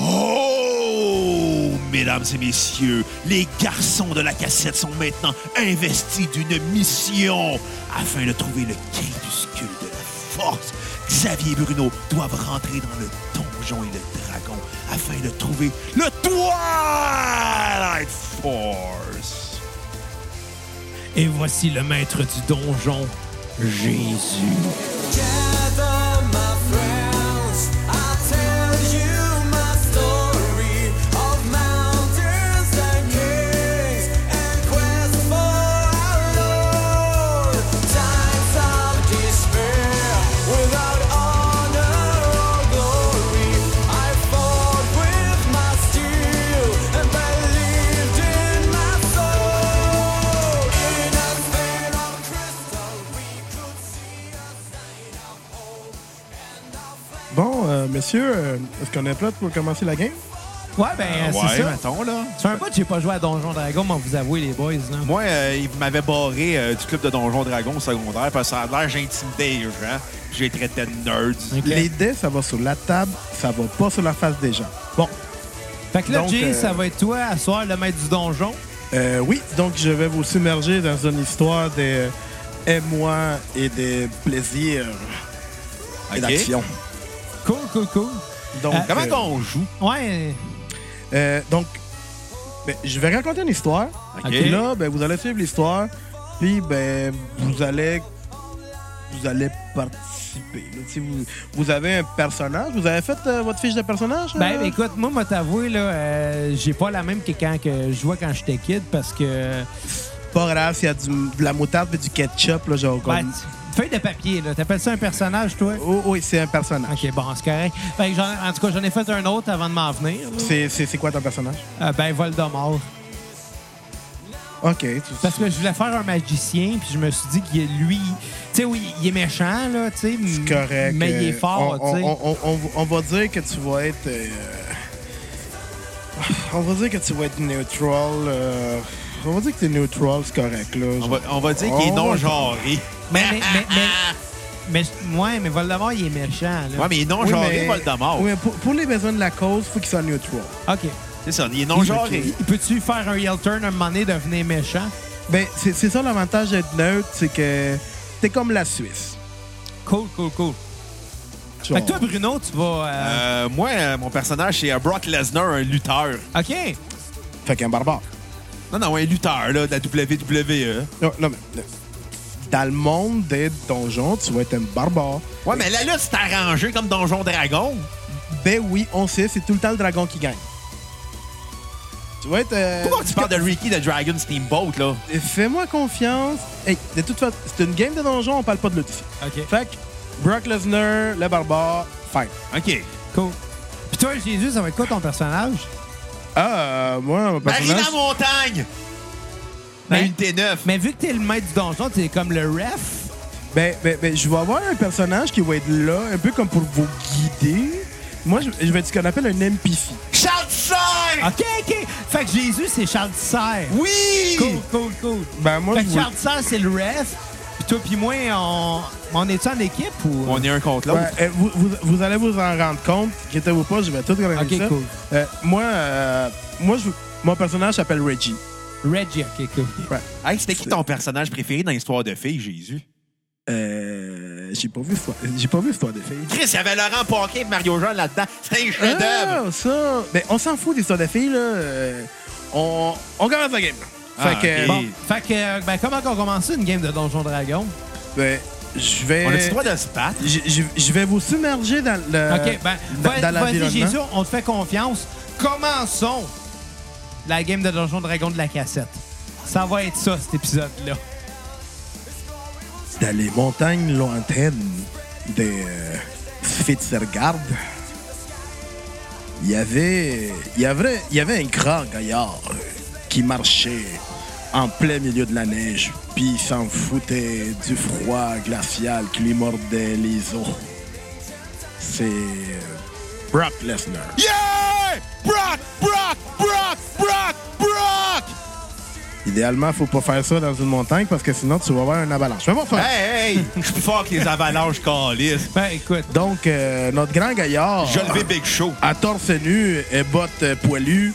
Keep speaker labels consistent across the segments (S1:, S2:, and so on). S1: Oh, mesdames et messieurs, les garçons de la cassette sont maintenant investis d'une mission afin de trouver le crépuscule de la force. Xavier et Bruno doivent rentrer dans le donjon et le dragon afin de trouver le Twilight Force.
S2: Et voici le maître du donjon, Jésus.
S3: Gather my friends, I'll tell you my story of mountains and caves and quests for our Lord. Times of despair, without honor or glory, I fought with my steel and believed in my soul. In a sphere of crystal, we could see a sign of hope.
S4: Bon, euh, messieurs, euh, est-ce qu'on est prêts pour commencer la game?
S2: Ouais, ben,
S4: Ah,
S2: c'est
S5: ouais,
S2: ça.
S5: mettons, là.
S2: C'est un bout que j'ai pas joué à Donjon Dragon, mais vous avouez, les boys, là.
S5: Moi, euh, il m'avait barré euh, du club de Donjon Dragon au secondaire parce que ça a l'air j'intimidais les gens. J'ai traité de nerds.
S2: Ok.
S4: Les dés, ça va sur la table, ça va pas sur la face des gens.
S2: Bon. Fait que là,
S4: Donc,
S2: Jay,
S4: euh,
S2: ça va être toi, à soir, le maître du donjon.
S4: Euh, oui, donc je vais vous submerger dans une histoire des émois et des plaisirs et
S5: OK? Ah.
S4: d'actions.
S2: Cool, cool, cool.
S4: Donc,
S2: Euh,
S5: Comment
S4: euh,
S5: qu'on joue?
S2: Ouais.
S4: euh, donc, ben, je vais raconter une histoire.
S5: OK?
S2: OK.
S4: Et là, ben, vous allez suivre l'histoire, puis ben, vous allez vous allez participer. là. Si vous, vous avez un personnage, vous avez fait euh, votre fiche de personnage?
S2: Ben,
S4: euh?
S2: écoute, moi, moi t'avouer, là, euh, j'ai pas la même que quand que je vois quand j'étais kid parce que.
S4: Pas grave s'il y a du, de la moutarde et du ketchup, là, genre comme...
S2: Ben, t- feuille de papier, là. T'appelles ça un personnage, toi?
S4: Oh, oui, c'est un personnage.
S2: Ok, bon, c'est correct. Fait que j'en- en tout cas, j'en ai fait un autre avant de m'en venir. là.
S4: C'est- C'est c'est quoi ton personnage?
S2: Euh, ben, Voldemort.
S4: OK. tu-
S2: Parce que je voulais faire un magicien, puis je me suis dit que lui, tu sais, oui, il est méchant, là, tu sais.
S4: c'est correct.
S2: Mais il est
S4: euh,
S2: fort,
S4: on-
S2: tu sais.
S4: on, on- on- on va dire que tu vas être... euh, On va dire que tu vas être neutral. euh, On va dire que t'es neutral, c'est correct, là.
S5: On
S4: genre.
S5: va, on va dire qu'il est
S4: Oh,
S5: non-genré.
S2: Mais, mais, mais, mais, mais- ouais, mais Voldemort, il est méchant, là.
S5: Ouais, mais il est
S4: Oui,
S5: non-genré,
S4: mais-
S5: Voldemort.
S4: Oui, mais pour, pour les besoins de la cause, faut qu'il soit neutral.
S2: OK.
S5: C'est ça, il est
S2: Il-
S5: non-genré.
S2: il- Peux-tu faire un heel turn un moment donné, devenir méchant?
S4: Ben, c'est c'est ça l'avantage d'être neutre, c'est que t'es comme la Suisse.
S2: Cool, cool, cool. Fait que
S4: Oh.
S2: toi, Bruno, tu vas... euh,
S5: Euh, moi, euh, mon personnage, c'est euh, Brock Lesnar, un lutteur.
S2: OK.
S4: Fait qu'un barbare.
S5: Non, non, un lutteur, là, de la E. WWE.
S4: Non, non, mais. euh, Dans le monde des donjons, tu vas être un barbare.
S5: Ouais, mais la lutte, c'est arrangé comme Donjon Dragon.
S4: Ben oui, on sait, c'est tout le temps le dragon qui gagne. Tu vas être. euh,
S5: Pourquoi tu parles de Ricky de Dragon Steamboat, là?
S4: Fais-moi confiance. Hey, de toute façon, c'est une game de donjon, on parle pas de lutte ici.
S2: OK.
S4: Fait que Brock Lesnar, le barbare, fine.
S5: OK.
S2: Cool. Puis toi, Jésus, ça va être quoi ton personnage?
S4: Ah, euh, moi, mon
S5: Marie
S4: personnage.
S5: la montagne! Mais
S2: Mais-
S5: Ben, une T9.
S2: Hein? Mais vu que t'es le maître du donjon, t'es comme le ref.
S4: Ben, ben, ben, je vais avoir un personnage qui va être là, un peu comme pour vous guider. Moi, je, je vais être ce qu'on appelle un NPC.
S5: Charles Serre!
S2: OK, OK. Fait que Jésus, c'est Charles Serre.
S5: Oui!
S2: Cool, cool, cool.
S4: Ben, moi,
S2: fait
S4: je
S2: que
S4: vous-
S2: Charles Serre, c'est le ref. Puis toi puis moi, on, on est-tu en équipe ou...
S5: On est un contre l'autre.
S4: Ouais, euh, vous, vous- vous allez vous en rendre compte. Inquiétez-vous pas, je vais tout organiser
S2: Ok,
S4: ça.
S2: cool.
S4: Euh, moi, euh, moi je, mon personnage s'appelle Reggie.
S2: Reggie, OK, cool.
S4: Ouais.
S5: Hey, c'était qui ton personnage préféré dans l'histoire de filles, Jésus?
S4: Euh, j'ai pas vu ce j'ai pas vu histoire des filles.
S5: Chris, il y avait Laurent Paquet et Mario Jean là-dedans. C'était un chef-d'œuvre.
S4: Ah, ça. Ben, on s'en fout d'histoire des filles là. Euh, on, on commence la game. Là.
S5: Ah,
S4: fait que
S5: ok.
S4: bon,
S2: Bon, fait que, euh, ben, comment qu'on commence ça, une game de Donjon Dragon?
S4: ben, je vais
S5: On a-tu le droit de se battre?
S4: je, je- je vais vous submerger dans le
S2: OK, ben,
S4: Euh, dans,
S2: va-
S4: dans
S2: vas-y,
S4: l'environnement.
S2: Jésus, on te fait confiance. Commençons la game de Donjon Dragon de la cassette. Ça va être ça, cet épisode-là.
S4: dans les montagnes lointaines de euh, Fitzgerald, il y avait, il y avait, il y avait un grand gaillard euh, qui marchait en plein milieu de la neige, puis il s'en foutait du froid glacial qui lui mordait les os. C'est euh, Brock Lesnar.
S5: Yeah! Brock! Brock! Brock! Brock! Brock!
S4: Idéalement, faut pas faire ça dans une montagne parce que sinon tu vas avoir un avalanche. Mais bon, faut-
S5: Hey, hey! Je suis plus fort que les avalanches calices.
S2: Ben, écoute,
S4: Donc, euh, notre grand gaillard.
S5: Je levais Big Show.
S4: à torse nu et bottes euh, poilues,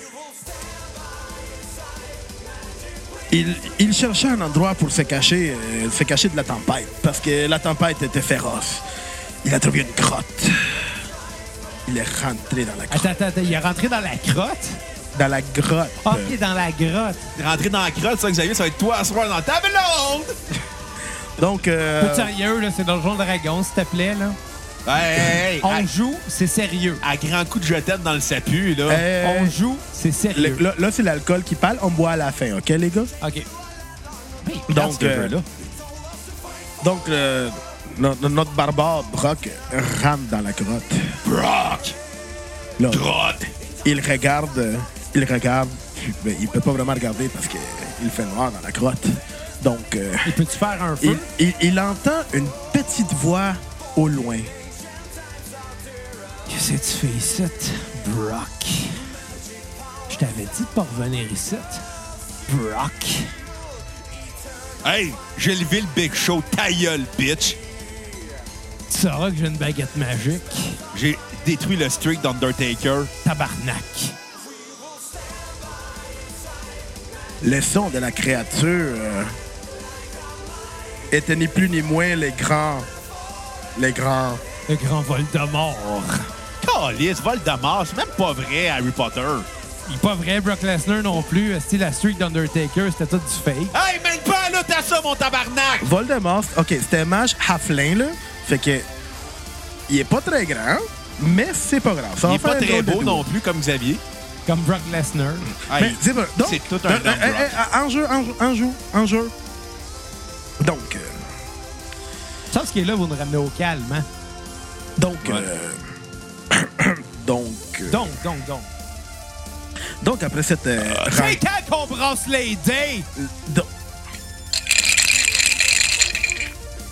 S4: Il, il cherchait un endroit pour se cacher, euh, se cacher de la tempête, parce que la tempête était féroce. Il a trouvé une grotte. Il est rentré dans la grotte.
S2: Attends, attends, attends, il est rentré dans la crotte?
S4: Dans la grotte.
S2: Ah, il est dans la grotte.
S5: Rentrer dans la crotte, ça, Xavier, ça va être toi à soir dans ta blonde!
S4: Donc, euh,
S2: Tout sérieux, là, c'est Donjon Dragon, s'il te plaît, là.
S5: Hey, hey, hey,
S2: On joue, c'est sérieux.
S5: à, à grand coup de je t'aime dans le sapu, là.
S4: euh,
S2: On joue, c'est sérieux.
S4: le- là, là, c'est l'alcool qui parle. On boit à la fin, OK, les gars?
S2: OK.
S4: Donc,
S5: ce
S4: euh,
S5: jeu-là.
S4: donc euh, no- no- notre barbare, Brock, rentre dans la grotte.
S5: Brock!
S4: Là,
S5: Grotte!
S4: il regarde, euh, il regarde. Mais il peut pas vraiment regarder parce qu'il fait noir dans la grotte. Donc, euh,
S2: Il Peux-tu faire un
S4: il,
S5: Hein?
S2: feu?
S4: il- il entend une petite voix au loin.
S2: Qu'est-ce que tu fais ici, Brock? Je t'avais dit de pas revenir ici, Brock.
S5: Hey, j'ai levé le Big Show, ta gueule, bitch!
S2: Tu sauras que j'ai une baguette magique.
S5: J'ai détruit le streak d'Undertaker.
S2: Tabarnak.
S4: Le son de la créature euh, était ni plus ni moins les grands. Les grands.
S2: Le grand Voldemort.
S5: Calice, Voldemort, c'est même pas vrai, Harry Potter.
S2: Il est pas vrai, Brock Lesnar non plus. Esti, la streak d'Undertaker, c'était tout du fake.
S5: Hey, même pas là, t'as ça, mon tabarnak!
S4: Voldemort, ok, c'était un mage halfling, là. Fait que. Il est pas très grand, mais c'est pas grave.
S5: Il
S4: Ça va
S5: est pas
S4: faire
S5: très
S4: un drôle de
S5: beau
S4: tour.
S5: non plus comme Xavier.
S2: Comme Brock Lesnar.
S4: Mais
S5: Hey,
S4: dis-moi, donc,
S5: c'est tout un
S4: donc,
S5: dumb
S4: hey,
S5: rock.
S4: hey, hey, en jeu, en jeu, en jeu, en jeu. Donc, euh,
S2: Je pense qu'il est là, vous nous ramenez au calme, hein?
S4: donc,
S5: Ouais.
S4: euh, donc, euh,
S2: Donc, donc, donc.
S4: donc après cette euh,
S2: C'est quand qu'on brasse les dés?
S4: ren- donc,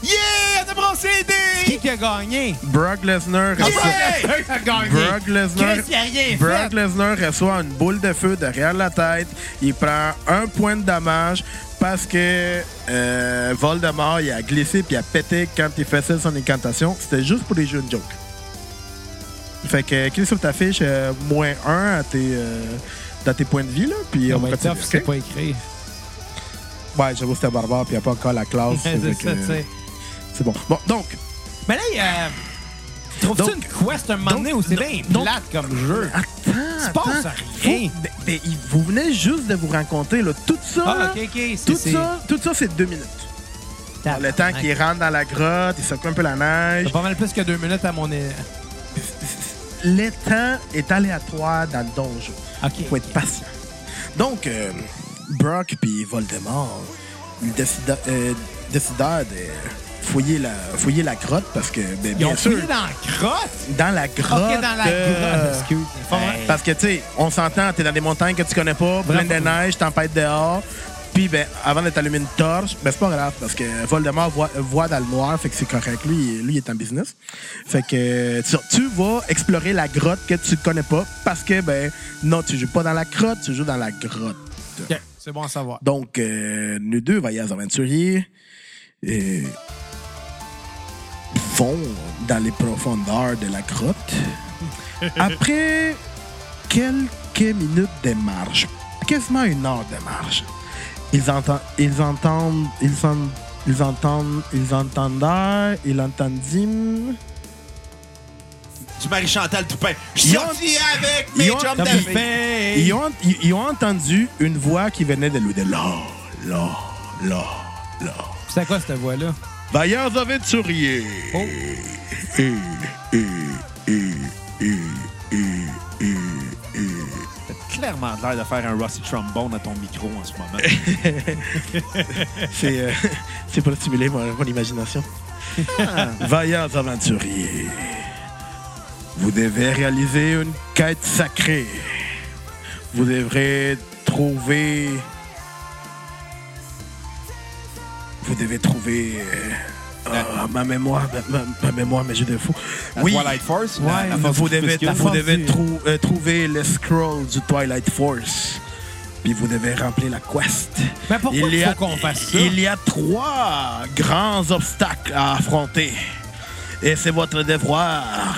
S5: Yeah, on a brassé les dés!
S2: Qui qui a gagné?
S4: Brock Lesnar
S5: Ah
S4: reçoit,
S5: Yeah!
S2: Lesnar a gagné.
S4: Brock Lesnar,
S2: Chris, il a rien
S4: Brock
S2: fait.
S4: Lesnar reçoit une boule de feu derrière la tête. Il prend un point de dommage parce que euh, Voldemort il a glissé puis il a pété quand il faisait son incantation. C'était juste pour les jeux de joke. Fait que crie sur ta fiche euh, moins 1 à tes, euh, dans tes points de vie là, puis
S2: Ça
S4: on
S2: va
S4: va
S2: être
S4: continuer,
S2: tough, c'est
S4: ok?
S2: pas écrit.
S4: Ouais, j'avoue c'était barbare puis il n'y a pas encore la classe.
S2: C'est
S4: fait
S2: ça,
S4: que,
S2: tu sais.
S4: c'est bon. Bon donc
S2: Mais là, il y a- euh, trouves-tu
S4: Donc-
S2: une quest un moment
S4: donc-
S2: donné où c'est bien
S4: donc-
S2: plate comme jeu?
S4: attends,
S2: passe
S4: attends.
S2: rien.
S4: Faut- ben, ben, il- vous venez juste de vous rencontrer là, tout ça.
S2: Ah,
S4: là,
S2: ok, ok. c'est-
S4: Tout
S2: c'est-
S4: ça, tout ça, c'est deux minutes.
S2: Ah,
S4: Le temps qu'il rentre dans la grotte, il secoue un peu la
S2: C'est
S4: neige.
S2: pas mal plus que deux minutes à mon... é-
S4: Le temps est aléatoire dans le donjon.
S2: OK.
S4: Il faut être patient. Donc, euh, Brock puis Voldemort, ils décida- euh, décidèrent de fouiller la, fouiller la grotte parce que, ben,
S2: Ils
S4: bien
S2: ont
S4: sûr,
S2: fouillé dans la crotte?
S4: dans la
S2: OK,
S4: grotte.
S2: dans la
S4: euh,
S2: grotte, excuse. Faut-
S4: Hey. Parce que, tu sais, on s'entend, t'es dans des montagnes que tu connais pas, plein de
S2: Vraiment.
S4: neige, tempête dehors. Puis, ben, avant d'être allumé une torche, ben, c'est pas grave, parce que Voldemort voit, voit dans le noir, fait que c'est correct. Lui, lui, il est en business. Fait que, tu, tu vas explorer la grotte que tu connais pas, parce que, ben, non, tu joues pas dans la grotte, tu joues dans la grotte.
S2: OK, C'est bon à savoir.
S4: Donc, euh, nous deux, vaillants aventuriers, euh, vont dans les profondeurs de la grotte. Après quelques minutes de marche, quasiment une heure de marche, ils, entendent, ils entendent, ils, en- ils entendent, ils entendent, ils entendent,
S5: Du Marie-Chantal Toupin. Je
S4: Ils ont-
S5: sorti avec mes
S4: ils ont-
S5: chums
S4: Comme
S2: Comme
S5: d'amis.
S2: fait.
S4: Ils ont, ils- ils ont entendu une voix qui venait de lui, de là, là, là, là.
S2: C'est quoi cette voix-là?
S4: Vaillants aventuriers.
S2: Oh.
S4: Eh, eh, eh, eh, eh, eh, eh.
S5: T'as clairement l'air de faire un Rusty Trombone à ton micro en ce moment.
S4: C'est euh, c'est pour stimuler mon, mon imagination. Vaillants aventuriers. Vous devez réaliser une quête sacrée. Vous devrez trouver. Vous devez trouver. euh, ah, ma mémoire, ma, ma- ma mémoire, mais je de fou.
S5: La Twilight Force?
S2: Ouais,
S5: la, la force
S4: vous
S5: du
S4: devez,
S5: crépuscule.
S4: vous devez
S2: du-
S4: trou- euh, trouver le scroll du Twilight Force. Puis vous devez remplir la quest.
S2: Mais Ben, pourquoi
S4: il y
S2: faut
S4: a,
S2: qu'on fasse ça?
S4: Il y a trois grands obstacles à affronter. Et c'est votre devoir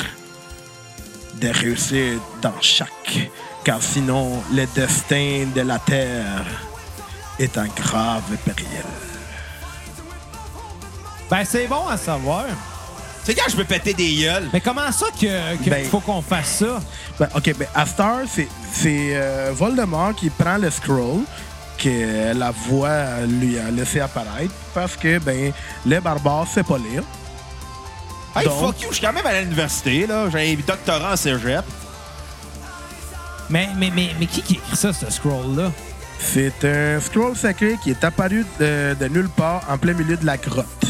S4: de réussir dans chaque. Car sinon, le destin de la Terre est en grave péril.
S2: Ben, c'est bon à savoir.
S5: C'est quand je peux péter des gueules.
S2: Mais comment ça que, que
S4: Ben-
S2: faut qu'on fasse ça?
S4: Ben, OK, ben, à cette heure, c'est- c'est euh, Voldemort qui prend le scroll que euh, la voix lui a laissé apparaître parce que ben les barbares, c'est pas lire.
S5: Hey,
S4: Donc-
S5: fuck you, je suis quand même allé à l'université, là. J'ai un doctorat en cégep.
S2: Mais, mais, mais, mais qui qui écrit ça, ce scroll-là?
S4: C'est un scroll sacré qui est apparu de, de nulle part en plein milieu de la grotte.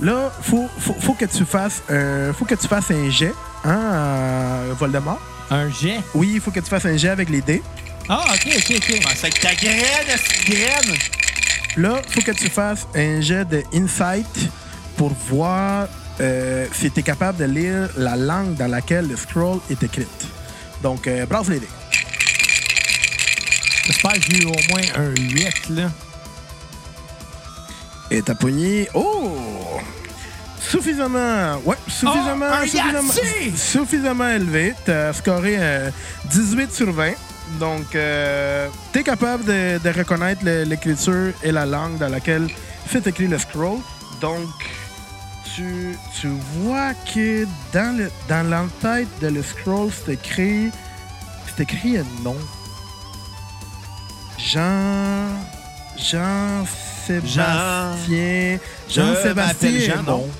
S4: Là, faut, faut, faut que tu fasses un, faut que tu fasses un jet, hein, euh, Voldemort.
S2: Un jet?
S4: Oui, il faut que tu fasses un jet avec les dés.
S2: Ah, OK, OK, OK.
S5: C'est que ta graine, cette graine.
S4: Là, faut que tu fasses un jet de insight pour voir euh, si tu es capable de lire la langue dans laquelle le scroll est écrite. Donc, euh, brave les dés.
S2: J'espère que j'ai eu au moins un 8, là.
S4: Et ta poignée. Oh! Suffisamment. Ouais, suffisamment.
S2: Oh, un
S4: suffisamment,
S2: Yahtzee!
S4: suffisamment élevé. T'as scoré euh, 18 sur 20. Donc, euh, t'es capable de, de reconnaître le- l'écriture et la langue dans laquelle c'est écrit le scroll. Donc, tu, tu vois que dans le dans l'entête de le scroll, c'est écrit. C'est écrit un nom. Jean. Jean-Sébastien. Jean-Sébastien.
S5: m'appelle Jean,
S4: Aymon.
S5: non.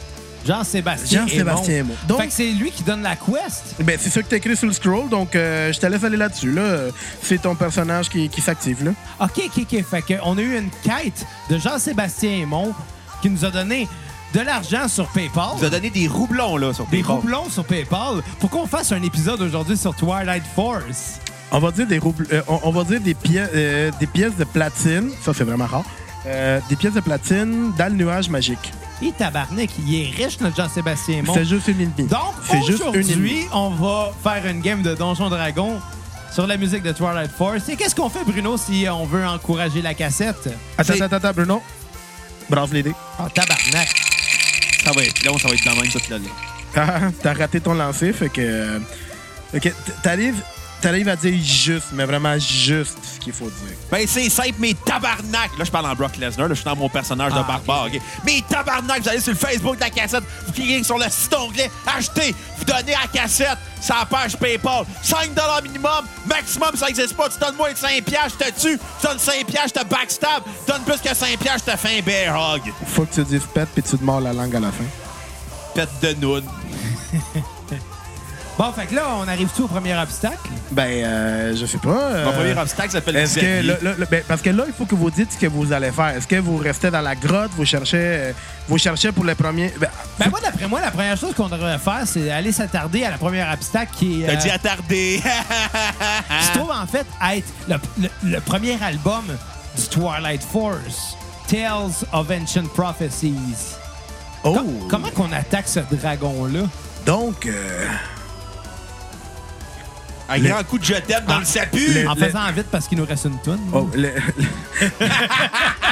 S2: Jean-Sébastien.
S4: Jean-Sébastien
S2: Aymon.
S4: Aymon. Donc-
S2: Fait que c'est lui qui donne la quest.
S4: Ben, c'est ça que t'as écrit sur le scroll, donc euh, je te laisse aller là-dessus. Là. C'est ton personnage qui, qui s'active. là.
S2: OK, OK, OK. Fait que on a eu une quête de Jean-Sébastien Aymon qui nous a donné de l'argent sur PayPal.
S5: On vous a donné des roublons, là, sur
S2: Des
S5: Paypal.
S2: roublons sur PayPal pour qu'on fasse un épisode aujourd'hui sur Twilight Force.
S4: On va dire des roubles- euh, on, on va dire des, pièces, euh, des pièces de platine. Ça, c'est vraiment rare. Euh, des pièces de platine dans le nuage magique.
S2: Et tabarnak, il est riche, notre Jean-Sébastien Aymon.
S4: C'est juste une et demie.
S2: Donc,
S4: c'est juste une et demie.
S2: aujourd'hui, on va faire une game de Donjon Dragon sur la musique de Twilight Force. Et qu'est-ce qu'on fait, Bruno, si on veut encourager la cassette?
S4: Attends,
S5: c'est-
S4: attends, attends, Bruno. Brave l'idée.
S2: Oh, tabarnak.
S5: Ça va être long, ça va être dans la même toute l'année.
S4: Ah, T'as raté ton lancer, fait que. Fait que t- t'arrives, t'arrives à dire juste, mais vraiment juste ce qu'il faut dire.
S5: Ben, c'est simple, mais tabarnak! Là, je parle en Brock Lesnar, là, je suis dans mon personnage de
S2: Ah,
S5: barbare, ok? Mais tabarnak, vous allez sur le Facebook de la cassette, vous cliquez sur le site onglet, achetez, vous donnez à la cassette, sa page PayPal, 5 minimum, maximum, ça n'existe pas, tu donnes moins de 5 je te tue, tu donnes 5 je te backstab, tu donnes plus que 5 je te fais un bear hug.
S4: Faut que tu dises pète puis tu te mords la langue à la fin.
S5: Pète de noun.
S4: Euh,
S2: Bon, fait que là, on arrive tout au premier obstacle.
S4: Ben, euh, je sais pas. euh,
S5: Mon premier obstacle s'appelle
S4: Est-ce
S5: Xavier.
S4: que là- là- là- ben, parce que là, il faut que vous dites ce que vous allez faire. Est-ce que vous restez dans la grotte, vous cherchez, euh, vous cherchez pour le premier. ben,
S2: Ben moi, d'après moi, la première chose qu'on devrait faire, c'est aller s'attarder à la première obstacle qui est,
S5: T'as
S2: euh,
S5: dit attardé.
S2: qui se
S5: Ah.
S2: trouve en fait à être le, le- le premier album du Twilight Force, Tales of Ancient Prophecies.
S4: oh.
S2: Com- Comment qu'on attaque ce dragon-là?
S4: Donc, euh,
S5: un grand coup de je t'aime
S4: Ah,
S5: dans le sapu.
S4: le-
S2: En faisant vite parce qu'il nous reste une toune.
S4: oh, le-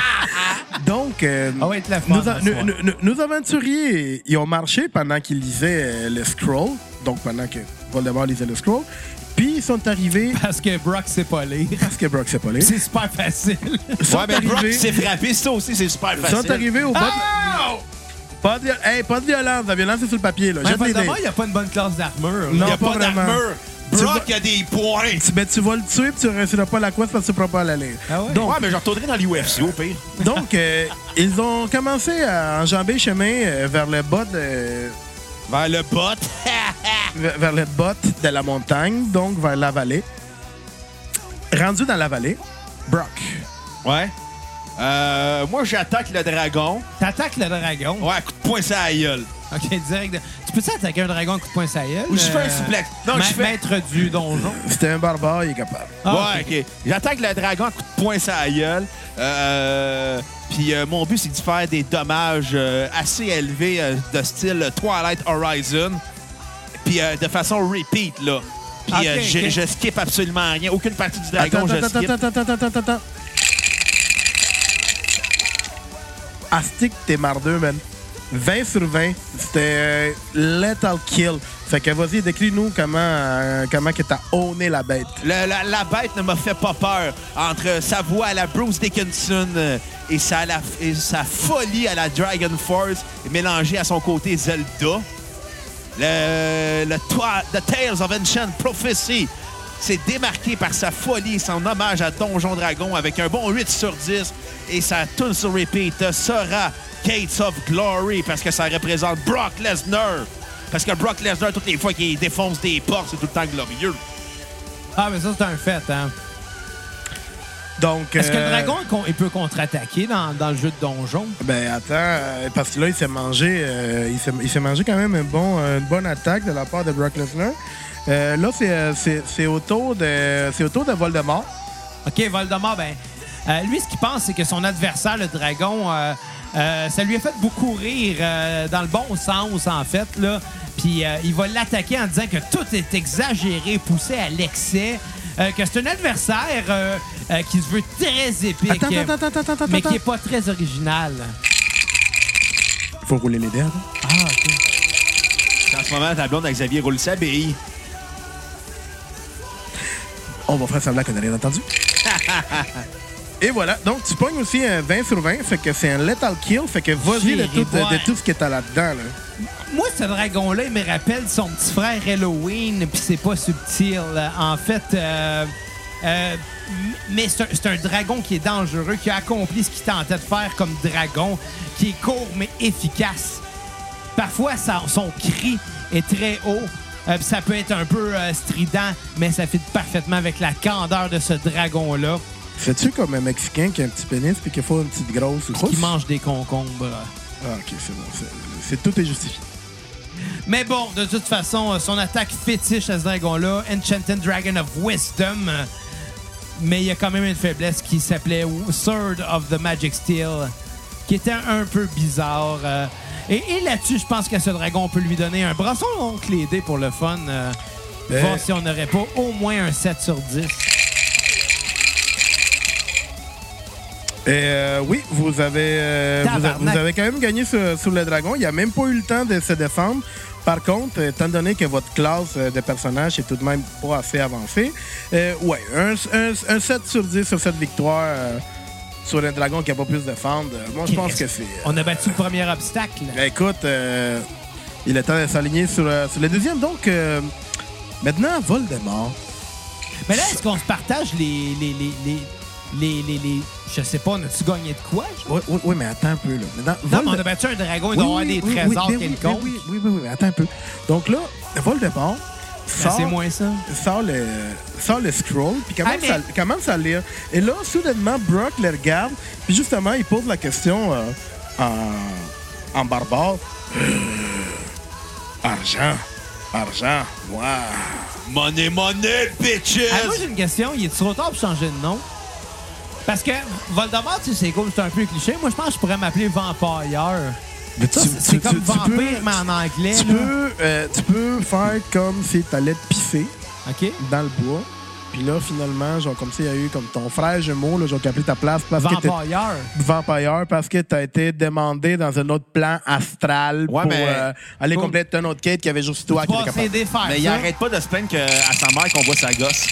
S4: donc, euh,
S2: Ah ouais, te la
S4: nos,
S2: femme,
S4: a-
S2: ce
S4: nous-
S2: soir.
S4: nous- nous- nos aventuriers, ils ont marché pendant qu'ils lisaient euh, le scroll. Donc, pendant que Voldemort lisait le scroll. Puis, ils sont arrivés.
S2: Parce que Brock sait pas lire.
S4: Parce que Brock s'est pas là.
S2: C'est super facile.
S4: Ils sont
S5: ouais, mais Ah, ben, Brock
S4: arrivés-
S5: s'est frappé, ça aussi, c'est super
S4: Ils sont
S5: facile.
S4: arrivés au bas.
S2: Ah!
S4: Pas de, hey, pas de violence. La violence, c'est sur le papier. Là.
S2: Mais
S4: Jette les dés.
S2: Voldemort, il a pas une bonne classe d'armure.
S5: Il
S2: là.
S5: n'y
S4: Non,
S5: a
S4: pas
S5: pas d'armure.
S4: vraiment. Tu
S5: Brock
S4: vois-
S5: a des points.
S4: Tu, ben, tu vas le tuer puis tu ne réussiras pas la quest parce que tu ne pourras pas l'aller.
S2: Ah ouais?
S4: Donc,
S5: Ouais, mais je retournerai dans l'UFC au pire.
S4: donc euh, ils ont commencé à enjamber chemin euh, vers le bas de,
S5: Vers le bot.
S4: vers vers le bas de la montagne, donc vers la vallée. Rendu dans la vallée, Brock.
S5: ouais. Euh, moi, j'attaque le dragon.
S2: T'attaques le dragon.
S5: Ouais, coup de poing, ça à la gueule.
S2: OK, direct. de- Tu peux-tu attaquer un dragon à coup de poing sa gueule? Euh,
S5: Ou je fais un suplex. Non,
S2: ma-
S5: je fais-
S2: Maître du donjon.
S4: C'était un barbare, il est capable.
S2: Ah,
S5: ouais, ok. J'attaque le dragon, coup de poing, ça à la gueule. Euh, Puis euh, mon but, c'est de faire des dommages euh, assez élevés euh, de style Twilight Horizon. Puis euh, de façon repeat, là. Puis
S2: Ok,
S5: euh, je,
S2: ok.
S5: je skip absolument rien. Aucune partie du dragon,
S4: Attends,
S5: je
S4: attends,
S5: skip.
S4: attends, attends, attends, attends, attends. Astic, t'es mardeux, man. 20 sur 20, c'était euh, Lethal Kill. Fait que vas-y, décris-nous comment, euh, comment que t'as honné la bête.
S5: Le- la, la bête ne m'a fait pas peur. Entre sa voix à la Bruce Dickinson euh, et sa, la- et sa folie à la Dragon Force, mélangée à son côté Zelda. Le, le toi- The Tales of Ancient Prophecy s'est démarqué par sa folie et son hommage à Donjon Dragon avec un bon 8 sur 10 et sa tune sur repeat euh, sera Gates of Glory parce que ça représente Brock Lesnar. Parce que Brock Lesnar, toutes les fois qu'il défonce des portes, c'est tout le temps glorieux.
S2: Ah, mais ça, c'est un fait, hein.
S4: Donc.
S2: Est-ce que le
S4: euh,
S2: dragon, il con- il peut contre-attaquer dans, dans le jeu de donjon?
S4: Ben attends, euh, parce que là, il s'est mangé, euh, il s'est- il s'est mangé quand même un bon, euh, une bonne attaque de la part de Brock Lesnar. Euh, là, c'est, euh, c'est, c'est au tour de, c'est au tour de Voldemort.
S2: OK, Voldemort, ben, euh, lui, ce qu'il pense, c'est que son adversaire, le dragon, euh, euh, ça lui a fait beaucoup rire, euh, dans le bon sens, en fait, là. Puis euh, il va l'attaquer en disant que tout est exagéré, poussé à l'excès, euh, que c'est un adversaire euh, euh, qui se veut très épique,
S4: Attends, attends, attends, attends, attends, attends.
S2: mais qui est pas très original.
S4: Faut rouler les dés. hein.
S2: Ah, OK.
S5: En ce moment, ta blonde avec Xavier roule sa bille.
S4: On va faire semblant qu'on n'a rien entendu. Et voilà. Donc, tu pognes aussi un 20 sur 20, fait que c'est un lethal kill, fait que vas-y de
S2: J'irai
S4: tout,
S2: voir.
S4: de tout ce que t'as là-dedans, là.
S2: Moi, ce dragon-là, il me rappelle son petit frère Halloween, puis c'est pas subtil. En fait, euh, euh, m- mais c'est un, c'est un dragon qui est dangereux, qui a accompli ce qu'il tentait de faire comme dragon, qui est court mais efficace. Parfois, sa- son cri est très haut. euh, puis ça peut être un peu euh, strident, mais ça fit parfaitement avec la candeur de ce dragon-là
S4: Fais-tu comme un Mexicain qui a un petit pénis puis qu'il faut une petite grosse
S2: qui
S4: rousse?
S2: mange des concombres.
S4: Ah, ok, c'est bon. c'est- C'est tout est justifié.
S2: Mais bon, de toute façon, euh, son attaque fétiche à ce dragon-là, Enchanted Dragon of Wisdom. euh, Mais il y a quand même une faiblesse qui s'appelait Sword of the Magic Steel, qui était un peu bizarre. euh, Et, et là-dessus, je pense qu'à ce dragon, on peut lui donner un brasson oncle les dés pour le fun. euh,
S4: Ben-
S2: Voir si on n'aurait pas au moins un 7 sur 10.
S4: Et euh, oui, vous avez, euh, vous, a-
S2: Tabarnak.
S4: vous avez quand même gagné sur, sur le dragon. Il n'a même pas eu le temps de se défendre. Par contre, euh, étant donné que votre classe euh, de personnage est tout de même pas assez avancée, euh, ouais, un, un- un 7 sur 10 sur cette victoire euh, sur un dragon qui n'a pas pu se défendre, euh, moi je pense que c'est. euh,
S2: On a battu le premier obstacle.
S4: ben, écoute, euh, il est temps de s'aligner sur, euh, sur le deuxième. Donc, euh, maintenant, Voldemort.
S2: Mais là, est-ce qu'on se partage les. les, les, les... Les, les, les- Je sais pas, on a-tu gagné de quoi? genre?
S4: Oui, oui, oui, mais attends un peu. Là. Maintenant,
S2: Non, mais
S4: Volde-
S2: on a battu un dragon, il doit avoir des trésors
S4: ben oui, ben
S2: quelconques.
S4: Oui, oui, oui, oui, mais attends un peu. Donc là, Voldemort
S2: Ben,
S4: sort,
S2: c'est moins ça.
S4: sort, le, sort le scroll, puis commence,
S2: Ah, mais-
S4: à, commence à lire. Et là, soudainement, Brock le regarde, puis justement, il pose la question euh, en, en barbare. Euh, argent, argent, wow.
S5: Money, money, bitches!
S2: Ah, moi, j'ai une question. Il est trop tard pour changer de nom? Parce que Voldemort, tu sais, c'est cool, c'est un peu cliché. Moi, je pense que je pourrais m'appeler Vampire.
S4: Mais
S2: Ça,
S4: tu-
S2: c'est-
S4: tu-
S2: c'est
S4: tu-
S2: comme
S4: tu
S2: vampire,
S4: peux-
S2: mais en anglais.
S4: Tu
S2: là.
S4: peux, euh, tu peux faire comme si t'allais te pisser.
S2: OK?
S4: dans le bois. Puis là, finalement, genre, comme ça, il y a eu comme ton frère jumeau, là, genre, qui a pris ta place parce que t'es
S2: Vampire.
S4: vampire, parce que t'as été demandé dans un autre plan astral
S5: Ouais,
S4: pour
S5: mais-
S4: euh, aller
S2: Pour-
S4: compléter un autre quête qui avait juste toi
S2: Tu
S4: qui
S2: vas
S4: était capable.
S2: s'aider faire
S5: Mais il
S2: ça.
S5: arrête pas de se plaindre que, à sa mère qu'on voit sa gosse.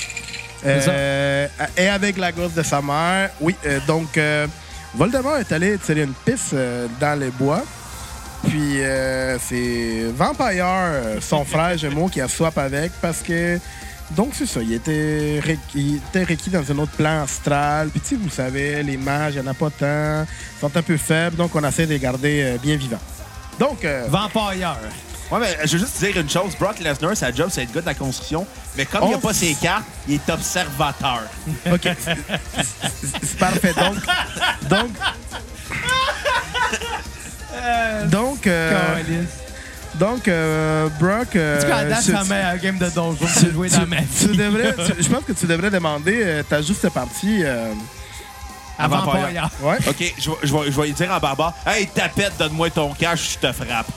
S4: Euh, et avec la gosse de sa mère, oui. euh, donc, euh, Voldemort est allé tirer une piste euh, dans les bois. Puis, euh, c'est Vampire, euh, son frère jumeau, qui a swap avec parce que. Donc, c'est ça. Il était, ré- il était requis dans un autre plan astral. Puis, tu sais, vous savez, les mages, il n'y en a pas tant. Ils sont un peu faibles. Donc, on essaie de les garder euh, bien vivants. Donc, euh,
S2: Vampire.
S5: Ouais, mais je veux juste dire une chose. Brock Lesnar, sa job, c'est être gars de la construction. Mais comme il a
S4: On
S5: pas
S4: s-
S5: ses cartes, il est observateur.
S4: OK. C'est- c'est- C'est parfait. Donc, donc, donc, euh,
S2: Calisse.
S4: donc euh, Brock, euh,
S2: Tu qu'à date,
S4: tu-
S2: c'est la
S4: tu-
S2: meilleure game de donjon que
S4: tu-
S2: j'ai joué
S4: tu-
S2: dans ma vie.
S4: tu devrais- tu- je pense que tu devrais demander euh, ta juste partie. euh,
S2: À Vampire.
S5: Vampire.
S4: ouais.
S5: OK, je vais- je vais je vais lui dire en barbare Hey, tapette, donne-moi ton cash, je te frappe.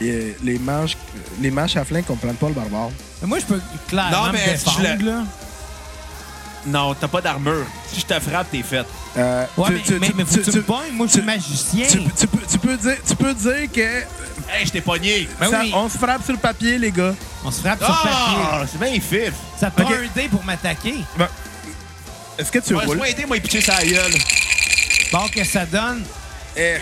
S4: Et, euh, les manches, les manches à flingue comprennent pas le barbare.
S2: Moi, je peux clairement
S5: Non, mais
S2: me
S5: si je le-
S2: défendre, là.
S5: Non, t'as pas d'armure. Si je te frappe, t'es fait.
S4: Euh,
S2: Ouais,
S4: tu-
S2: mais,
S4: tu-
S2: mais,
S4: tu-
S2: mais faut que tu
S4: tu-
S2: me pognes. Moi, je suis
S4: tu-
S2: magicien.
S4: tu- tu peux- tu peux dire- tu peux dire que
S5: Hey, je t'ai pogné.
S2: Ben
S4: ça-
S2: oui.
S4: on se frappe sur le papier, les gars.
S2: On se frappe sur papier.
S5: Ah, c'est bien fif.
S2: Ça prend
S4: ok.
S2: un dé pour m'attaquer.
S4: Ben, Est-ce que tu
S5: Ouais,
S4: roules?
S5: soin été, moi, il pitché sa gueule.
S2: Bon, que ça donne.
S4: Eh,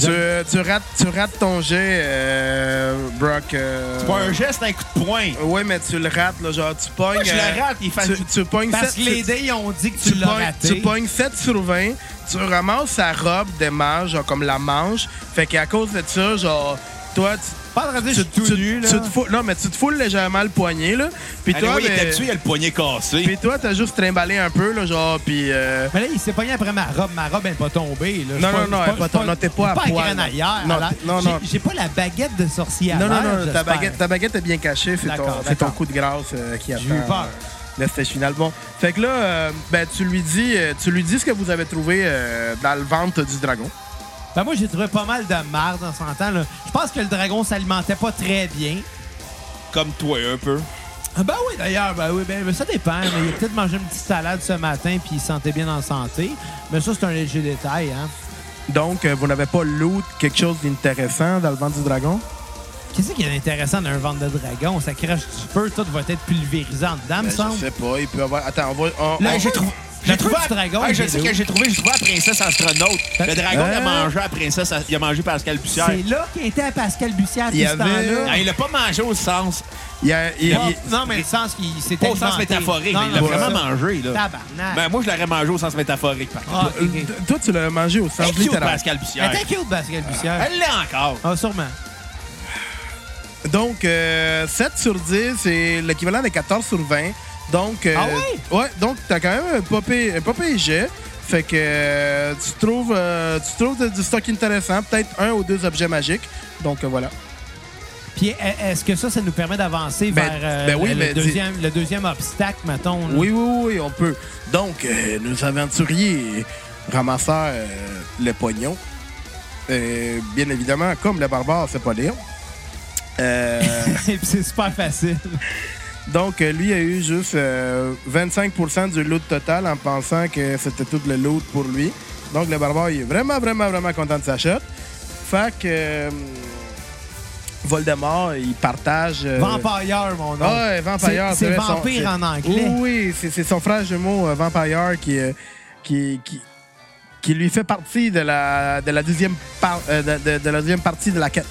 S4: tu, tu rates, tu rates ton jet, euh, Brock. euh,
S5: C'est pas un geste, c'est un coup de poing.
S4: Ouais, mais tu le rates, là, genre tu pognes.
S5: Moi, je
S4: euh,
S5: le rate, il fait.
S4: Tu, tu pognes
S2: Parce que
S4: 7,
S2: les
S4: tu,
S2: dés, ils ont dit que
S4: tu
S2: tu l'as
S4: pognes, tu
S2: raté.
S4: pognes 7 sur 20, tu ramasses sa robe des mages, genre comme la manche. Fait qu'à cause de ça, genre, toi, tu.
S2: Pas de raté, je suis tout
S4: tu-
S2: nu, là.
S4: tu te fous- non, mais tu te foules légèrement le poignet, là. Puis
S5: Anyway,
S4: toi,
S5: il était
S4: mais-
S5: dessus, il a le poignet cassé.
S4: puis toi, t'as juste trimballé un peu, là, genre, puis. euh,
S2: Mais là, il s'est pogné après ma robe. Ma robe, elle n'est pas tombée. Là. Je suis
S4: Non, non, non,
S2: pas- je suis
S4: elle est pas tombée. Non, t'es pas à
S2: je suis
S4: poil, là.
S2: granaillère.
S4: Non,
S2: à la-
S4: t'es- non,
S2: J'ai-
S4: non.
S2: J'ai pas la baguette de sorcière.
S4: Non, non, non, ta
S2: Ah, j'espère.
S4: baguette, ta baguette est bien cachée. C'est ton,
S2: D'accord,
S4: c'est ton
S2: d'accord.
S4: coup de grâce euh, qui attend
S2: J'ai eu peur.
S4: euh, le stage final. Bon, fait que là, euh, ben, tu, lui dis, euh, tu lui dis ce que vous avez trouvé euh, dans le ventre du dragon.
S2: Ben, moi, j'ai trouvé pas mal de marde en s'entend. là. Je pense que le dragon s'alimentait pas très bien.
S5: Comme toi, un peu.
S2: Ah Ben oui, d'ailleurs, ben oui, ben, ben ça dépend. Mais il a peut-être mangé une petite salade ce matin puis il se sentait bien en santé. Mais ça, c'est un léger détail. Hein.
S4: Donc, euh, vous n'avez pas loot quelque chose d'intéressant dans le ventre du dragon?
S2: Qu'est-ce qui est intéressant d'un ventre de dragon? Ça crache du feu, tout va être pulvérisé en dedans, me
S5: Ben,
S2: semble.
S4: Ben, pas, il peut avoir. Attends, on va. on-
S2: Là,
S5: Hey,
S2: j'ai
S5: j'ai trouvé.
S2: j'ai trouvé du dragon.
S5: Hey, je
S2: j'ai
S5: sais
S2: trouvé.
S5: que j'ai trouvé, j'ai trouvé la princesse astronaute. Le dragon, il a
S4: Hein?
S5: mangé la princesse, il a mangé Pascal Bussière.
S2: C'est là qu'était Pascal Bussière tout
S4: Il y
S2: ce
S4: avait-
S2: temps-là.
S5: Ah, il l'a pas mangé au sens,
S4: il y a- il-
S2: Ah,
S4: il-
S2: non, mais le sens qu'il s'était
S5: pas au sens
S2: alimenté.
S5: métaphorique.
S2: Non,
S5: mais il l'a
S2: non,
S5: vraiment
S2: c'est ça.
S5: mangé, là.
S2: Tabarnak.
S5: Ben, moi, je l'aurais mangé au sens métaphorique, par contre.
S2: Ah, ok, ok.
S4: euh, Toi, tu l'as mangé au sens
S5: Elle est cute,
S4: littéral.
S5: Pascal
S2: Mais
S5: Bussière.
S2: t'es cute, Pascal Bussière.
S5: Elle l'est encore.
S2: Ah, sûrement.
S4: Donc, euh, 7 sur 10, c'est l'équivalent de 14 sur 20. Donc, euh,
S2: Ah ouais?
S4: ouais, donc t'as quand même un pas pire- un pas pire jet. Fait que euh, tu trouves, euh, tu trouves de- du stock intéressant, peut-être un ou deux objets magiques. Donc euh, voilà.
S2: Puis e- est-ce que ça, ça nous permet d'avancer
S4: Ben,
S2: vers euh,
S4: ben oui,
S2: le,
S4: mais dis-
S2: deuxième, le deuxième obstacle, mettons? là?
S4: Oui, oui, oui, on peut. Donc, euh, nos aventuriers ramassèrent euh, le pognon. Euh, bien évidemment, comme le barbare, c'est pas dire. Euh,
S2: Et puis c'est super facile.
S4: Donc, euh, lui a eu juste euh, 25 du loot total en pensant que c'était tout le loot pour lui. Donc, le barbare, il est vraiment, vraiment, vraiment content de sa shot. Fait que euh, Voldemort, il partage. euh,
S2: Vampire, mon nom.
S4: Ah, ouais, Vampire.
S2: C'est- c'est
S4: vrai, son-
S2: vampire
S4: c'est-
S2: en anglais.
S4: Oui, oui, c'est c'est son frère jumeau, euh, Vampire, qui, euh, qui, qui, qui lui fait partie de la, de la, deuxième, par- euh, de- de- de la deuxième partie de la quête.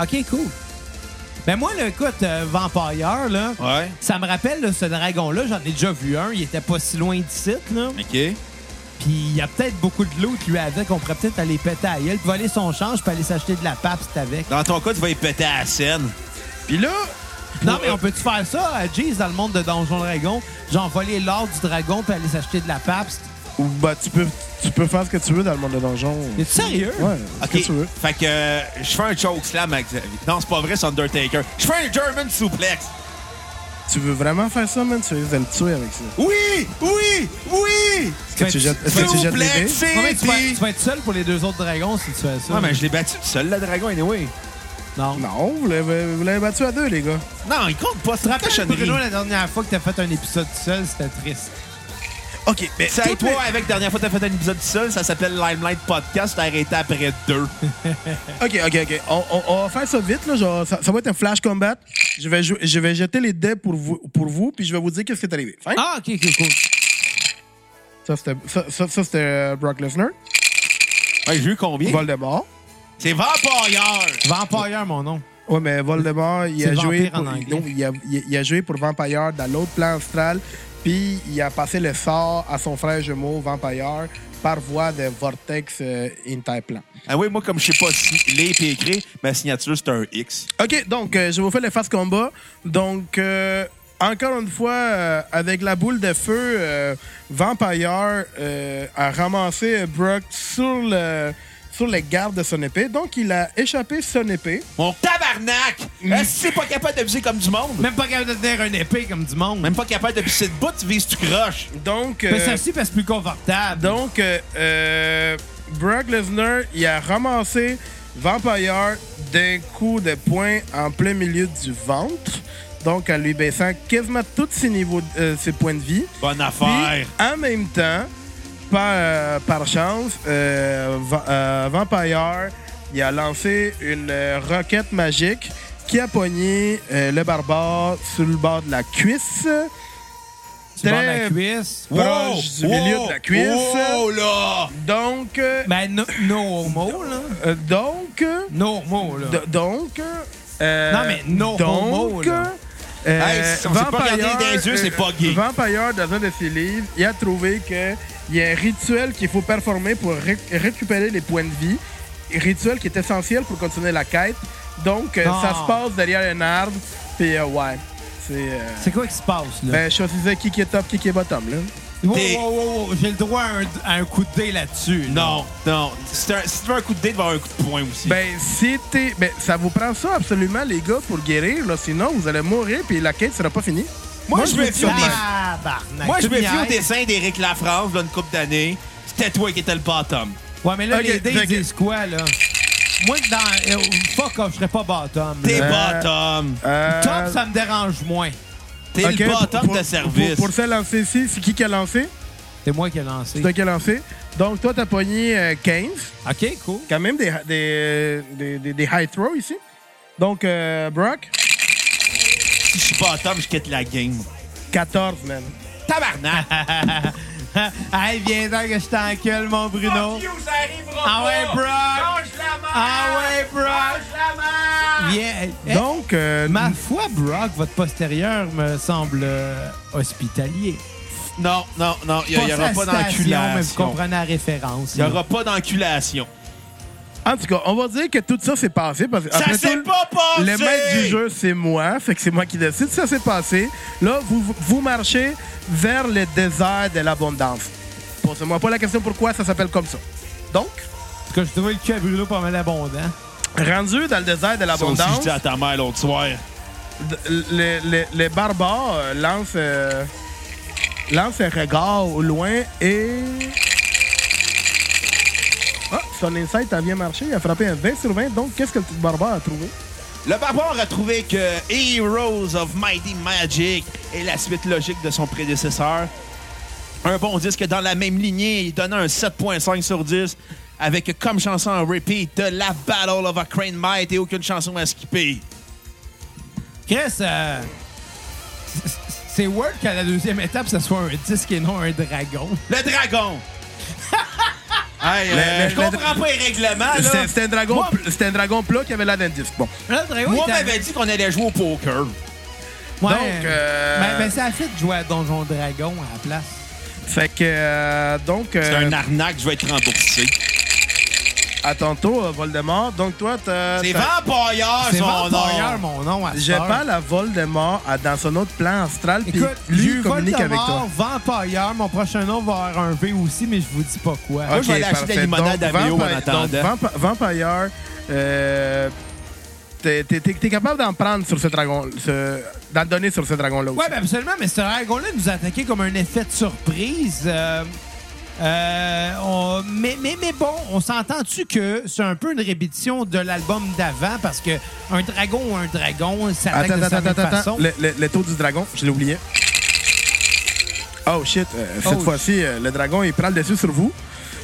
S2: OK, cool. Ben moi, le écoute, euh, Vampire, là,
S5: Ouais.
S2: ça me rappelle là, ce dragon-là. J'en ai déjà vu un. Il était pas si loin d'ici, là.
S5: OK.
S2: Puis il y a peut-être beaucoup de l'eau qui lui avait qu'on pourrait peut-être aller péter à gueule, puis voler son change, puis aller s'acheter de la pape, c'est avec.
S5: Dans ton cas, tu vas y péter à la scène.
S4: Puis là,
S2: Non, mais on peut-tu faire ça à Jeez dans le monde de Donjon Dragon? Genre voler l'or du dragon puis aller s'acheter de la papste.
S4: bah, tu, peux, tu peux faire ce que tu veux dans le monde de donjon.
S2: Es-tu sérieux?
S4: Ouais,
S5: OK.
S4: ce que tu veux.
S5: Fait que euh, je fais un choke slam avec Xavier. Non, c'est pas vrai, c'est Undertaker. Je fais un German suplex.
S4: Tu veux vraiment faire ça, man? Tu vas le tuer avec ça.
S5: Oui! Oui! Oui!
S4: Est-ce que tu
S2: tu-
S4: jettes, est-ce
S5: S'il
S4: que tu
S5: vous
S4: jettes les
S5: plaît,
S4: dés?
S2: Ouais, mais tu, vas,
S5: c'est...
S2: tu vas être seul pour les deux autres dragons si tu fais ça.
S5: Ouais, mais je l'ai battu tout seul, le dragon, anyway.
S2: Non.
S4: Non, vous l'avez, vous l'avez battu à deux, les gars.
S5: Non, il compte pas.
S2: Tu te
S5: C'est
S2: rappelles,
S5: cochonnerie.
S2: Bruno, la dernière fois que t'as fait un épisode seul, c'était triste.
S4: OK, mais...
S5: C'est avec toi, avec dernière fois, t'as fait un épisode tout seul, ça s'appelle Limelight Podcast, t'as arrêté après deux.
S4: OK, OK, OK. On, on- on va faire ça vite, là. Genre, ça, ça va être un flash combat. Je vais, jouer- je vais jeter les dés pour vous, pour vous, puis je vais vous dire qu'est-ce qui est arrivé. Fine?
S2: Ah, ok, ok, cool.
S4: Ça, c'était, ça, ça- ça, c'était euh, Brock Lesnar.
S5: Ouais, j'ai eu combien?
S4: Voldemort.
S5: C'est Vampire!
S2: Vampire, mon nom.
S4: Ouais, mais Voldemort, il
S2: C'est
S4: a, joué
S2: vampire
S4: pour,
S2: en anglais.
S4: donc, il, a, il- il a joué pour Vampire dans l'autre plan astral, puis il a passé le sort à son frère jumeau, Vampire, par voie de Vortex euh, Interplan.
S5: Ah oui, moi, comme je sais pas si les et écrit, ma signature, c'est un X.
S4: OK, donc, euh, je vous fais le face combat. Donc, euh, encore une fois, euh, avec la boule de feu, euh, Vampire euh, a ramassé euh, Brock sur le sur les gardes de son épée. Donc, il a échappé son épée.
S5: Mon tabarnak! Est-ce que c'est pas capable de viser comme du monde?
S2: Même pas capable de tenir une épée comme du monde.
S5: Même pas capable de pisser debout, tu vises, tu croches.
S4: Donc,
S2: Mais
S4: euh,
S2: ça aussi, parce que c'est plus confortable.
S4: donc euh, euh, Brock Lesnar, il a ramassé Vampire d'un coup de poing en plein milieu du ventre. donc en lui baissant quasiment tous ses niveaux, euh, ses points de vie.
S5: Bonne
S4: Puis,
S5: affaire.
S4: en même temps, par, euh, par chance, euh, Va- euh, Vampire il a lancé une euh, roquette magique qui a pogné euh, le barbare sur le bord de la cuisse.
S2: Tu prends la
S4: Très-
S2: cuisse.
S4: proche du milieu de la cuisse.
S5: Wow, là!
S4: Donc, euh,
S2: Ben, no, no homo, là.
S4: euh, donc, euh,
S2: No homo, là.
S4: d- donc, euh,
S2: Non, mais no homo,
S4: donc,
S2: là.
S4: euh,
S5: Hey, si on s'est pas regardé dans les yeux,
S4: euh,
S5: c'est pas gay.
S4: Vampire, dans un de ses livres, il a trouvé qu'il y a un rituel qu'il faut performer pour ré- récupérer les points de vie. Un Rituel qui est essentiel pour continuer la quête. Donc, euh,
S2: Non.
S4: ça se passe derrière un arbre. Puis, euh, ouais. C'est. euh,
S2: C'est quoi qui se passe, là?
S4: ben, je choisissais qui qui est top, qui qui est bottom, là.
S2: Wow,
S5: t'es-
S2: wow, wow, wow, J'ai le droit à un, à un coup de dé là-dessus. là.
S5: Non, non. Si tu veux un coup de dé, tu vas avoir un coup de poing aussi.
S4: Ben, si t'es- Ben, ça vous prend ça absolument, les gars, pour guérir, là. Sinon, vous allez mourir, puis la quête sera pas finie.
S5: moi, je
S4: je
S5: me
S4: me
S5: fie au dé-
S2: Tabarnak.
S5: Moi, je
S2: Tu
S5: me fie au
S2: niaises.
S5: dessin d'Éric Lafrance, d'une couple d'années. C'était toi qui étais le bottom.
S2: Ouais, mais là,
S4: Ok,
S2: les dés,
S4: fait
S2: ils
S4: que-
S2: disent quoi, là? Moi, dans. euh, Fuck off, je serais pas bottom.
S5: T'es
S2: là.
S4: Euh,
S5: bottom.
S4: Euh,
S2: Top, ça me dérange moins.
S5: T'es
S4: ok,
S5: le
S4: pour-
S5: bottom
S4: pour-
S5: de service.
S4: Pour, pour ça, lancer ici, c'est qui qui a lancé?
S2: C'est moi qui ai lancé.
S4: C'est toi qui a lancé. Donc, toi, t'as pogné euh, 15.
S2: OK, cool.
S4: Quand même des, des, des, des- des high throws ici. Donc, euh, Brock,
S5: Si je suis bottom, je quitte la game.
S4: 14, man.
S5: Tabarnak!
S2: hey, viens donc que je t'encule, mon Bruno.
S5: ça arrivera
S2: Ah ouais, Brock! Ah ouais, Brock! Viens.
S5: Eh.
S2: Hey,
S4: Donc, euh,
S2: Ma foi, Brock, votre postérieur me semble euh, hospitalier.
S5: Non, non, non, il n'y aura
S2: Pensez
S5: pas
S2: à citation, mais vous
S5: d'enculation.
S2: comprenez la référence.
S5: Il n'y
S2: là.
S5: aura pas d'enculation.
S4: en tout cas, on va dire que tout ça s'est passé. Parce que
S5: Ça
S4: après
S5: s'est
S4: tout,
S5: pas passé!
S4: Ah, Le maître du jeu, c'est moi. Fait que c'est moi qui décide. Ça s'est passé. Là, vous, vous marchez vers le désert de l'abondance. Posez-moi pas la question pourquoi ça s'appelle comme ça. Donc,
S2: Parce que je trouvais le cul à Bruno pas mal abondant.
S4: rendu dans le désert
S5: Ça aussi, je
S4: de l'abondance,
S5: dis à ta mère l'autre soir.
S4: d- les, les- les barbares euh, lancent, euh, lancent un regard au loin et. Ah, son insight a bien marché. Il a frappé un 20 sur 20. Donc, qu'est-ce que le petit barbare a trouvé?
S5: Le barbare a trouvé que Heroes of Mighty Magic est la suite logique de son prédécesseur. Un bon disque dans la même lignée, il donnait un 7.5 sur 10 avec comme chanson en repeat de la Battle of a Crane Might et aucune chanson à skipper.
S2: Chris, euh, c- c- c'est weird qu'à la deuxième étape, ce soit un disque et non un dragon.
S5: Le dragon! Hey, euh,
S4: le-
S5: je
S4: le-
S5: comprends pas les règlements, là.
S4: C'était c'était un dragon,
S5: Moi-
S4: pl- c'était un dragon plat qui avait l'air d'un disque. Bon.
S2: Le dragon
S5: Moi,
S2: était-
S5: on m'avait dit qu'on allait jouer au poker.
S4: Donc,
S2: Ouais.
S4: euh,
S2: Mais, mais ben, ça a fait de jouer à Donjon Dragon à la place.
S4: Fait que, euh, donc,
S5: C'est
S4: euh,
S5: un arnaque, je vais être remboursé.
S4: à tantôt, euh, Voldemort. Donc, toi, t'as.
S5: C'est
S4: t'as-
S5: Vampire,
S2: C'est
S5: son nom!
S2: Vampire, mon nom, à cette
S4: Ah, Je
S2: heure.
S4: parle à Voldemort à- dans son autre plan astral, puis
S2: Écoute,
S4: lui
S2: j'ai
S4: communique avec toi.
S2: Voldemort, Vampire, mon prochain nom va avoir un V aussi, mais je vous dis pas quoi.
S5: Moi, je vais
S4: Ok,
S5: aller acheter de la
S4: parfait.
S5: limonade
S4: Donc,
S5: à Méo en
S4: Vampi-
S5: attendant.
S4: donc, Vamp- Vampire, euh, t'es t'es- t'es- t'es capable d'en prendre sur ce dragon, ce- d'en donner sur ce dragon-là aussi.
S2: Ouais, ben absolument, mais ce dragon-là nous a attaqué comme un effet de surprise. Euh, euh, on- mais, mais, mais bon, on s'entend-tu que c'est un peu une répétition de l'album d'avant parce que un dragon ou un dragon, ça attaque
S4: attends,
S2: de
S4: attends,
S2: certaines
S4: attends,
S2: façons.
S4: attends. Le, le- le taux du dragon, je l'ai oublié. Oh shit, euh, cette
S2: Oh,
S4: fois-ci, euh, le dragon, il prend le dessus sur vous.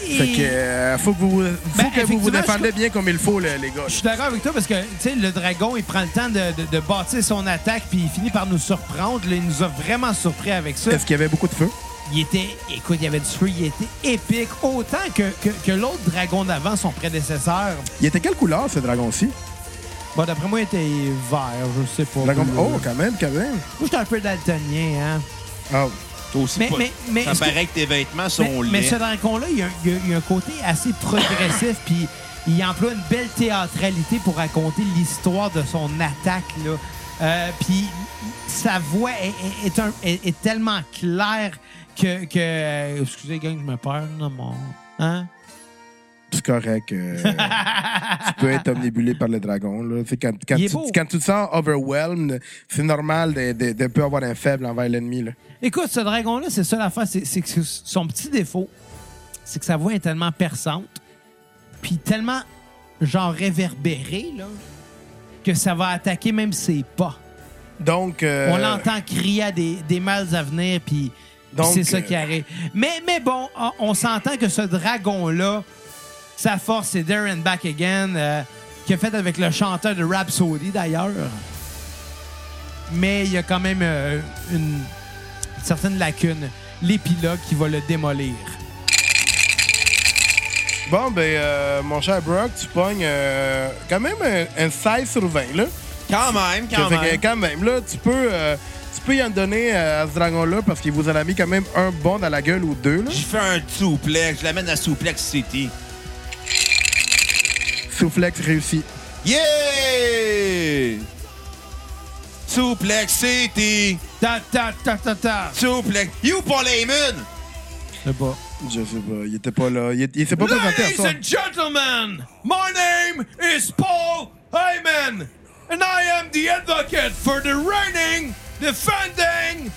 S4: Fait que euh, faut que vous faut
S2: Ben,
S4: que vous vous
S2: effectivement,
S4: défendez bien comme il faut, le- les gars.
S2: Je suis d'accord avec toi parce que tu sais, le dragon, il prend le temps de, de- de bâtir son attaque puis il finit par nous surprendre. Là, il nous a vraiment surpris avec ça.
S4: Est-ce qu'il y avait beaucoup de feu?
S2: Il était, écoute, il y avait du feu, il était épique, autant que, que, que l'autre dragon d'avant, son prédécesseur.
S4: Il était quelle couleur, ce dragon-ci?
S2: Bon, d'après moi, il était vert, je sais pas.
S4: Dragon...
S2: bleu.
S4: Oh, quand même, quand même.
S2: Moi, j'étais un peu daltonien, hein.
S4: Oh.
S5: Toi aussi,
S2: Mais-
S5: pas-
S2: mais- mais-
S5: ça
S2: est-ce que-
S5: paraît que tes vêtements sont
S2: Mais, mais
S5: laids.
S2: ce dragon-là, il y a, un- il y a- il y a un côté assez progressif, puis il emploie une belle théâtralité pour raconter l'histoire de son attaque, là. Euh, puis sa voix est, est- est un- est- est tellement claire que. que euh, excusez, gang, je me perds, non, mon. Hein?
S4: C'est correct. euh, tu peux être omnibulé par le dragon. Là. Tu sais, Quand, quand,
S2: Il est
S4: tu,
S2: beau.
S4: quand tu te sens overwhelmed, c'est normal de, de, de peu avoir un faible envers l'ennemi. là.
S2: Écoute, ce dragon-là, c'est ça l'affaire. C'est, c'est que son petit défaut, c'est que sa voix est tellement perçante, puis tellement, genre, réverbérée, là, que ça va attaquer même ses pas.
S4: Donc, euh,
S2: On l'entend crier à des, des mâles à venir, puis puis
S4: Donc,
S2: c'est ça
S4: euh,
S2: qui arrive. Mais, mais bon, on- on s'entend que ce dragon-là, sa force, c'est There and Back Again, euh, qui est fait avec le chanteur de Rhapsody, d'ailleurs. Mais il y a quand même euh, une certaine lacune. L'épilogue qui va le démolir.
S4: Bon, ben, euh, mon cher Brock, tu pognes euh, quand même un, un 16 sur 20, là.
S5: Quand même,
S4: Ça
S5: quand
S4: fait
S5: même.
S4: que, quand même, là, tu peux, euh, tu peux y en donner euh, à ce dragon-là parce qu'il vous en a mis quand même un bon dans la gueule ou deux, là.
S5: Je fais un souplex, je l'amène à Souplex City.
S4: Souflex réussi.
S5: Yeah! Souplex City!
S2: Ta ta ta ta ta.
S5: Souplex. You, Paul Heyman!
S2: Je sais pas.
S4: Je sais pas, il était pas là. Il, il s'est pas présenté à
S2: Ladies
S4: ça.
S2: and gentlemen, my name is Paul Heyman, and I am the advocate for the reigning, defending.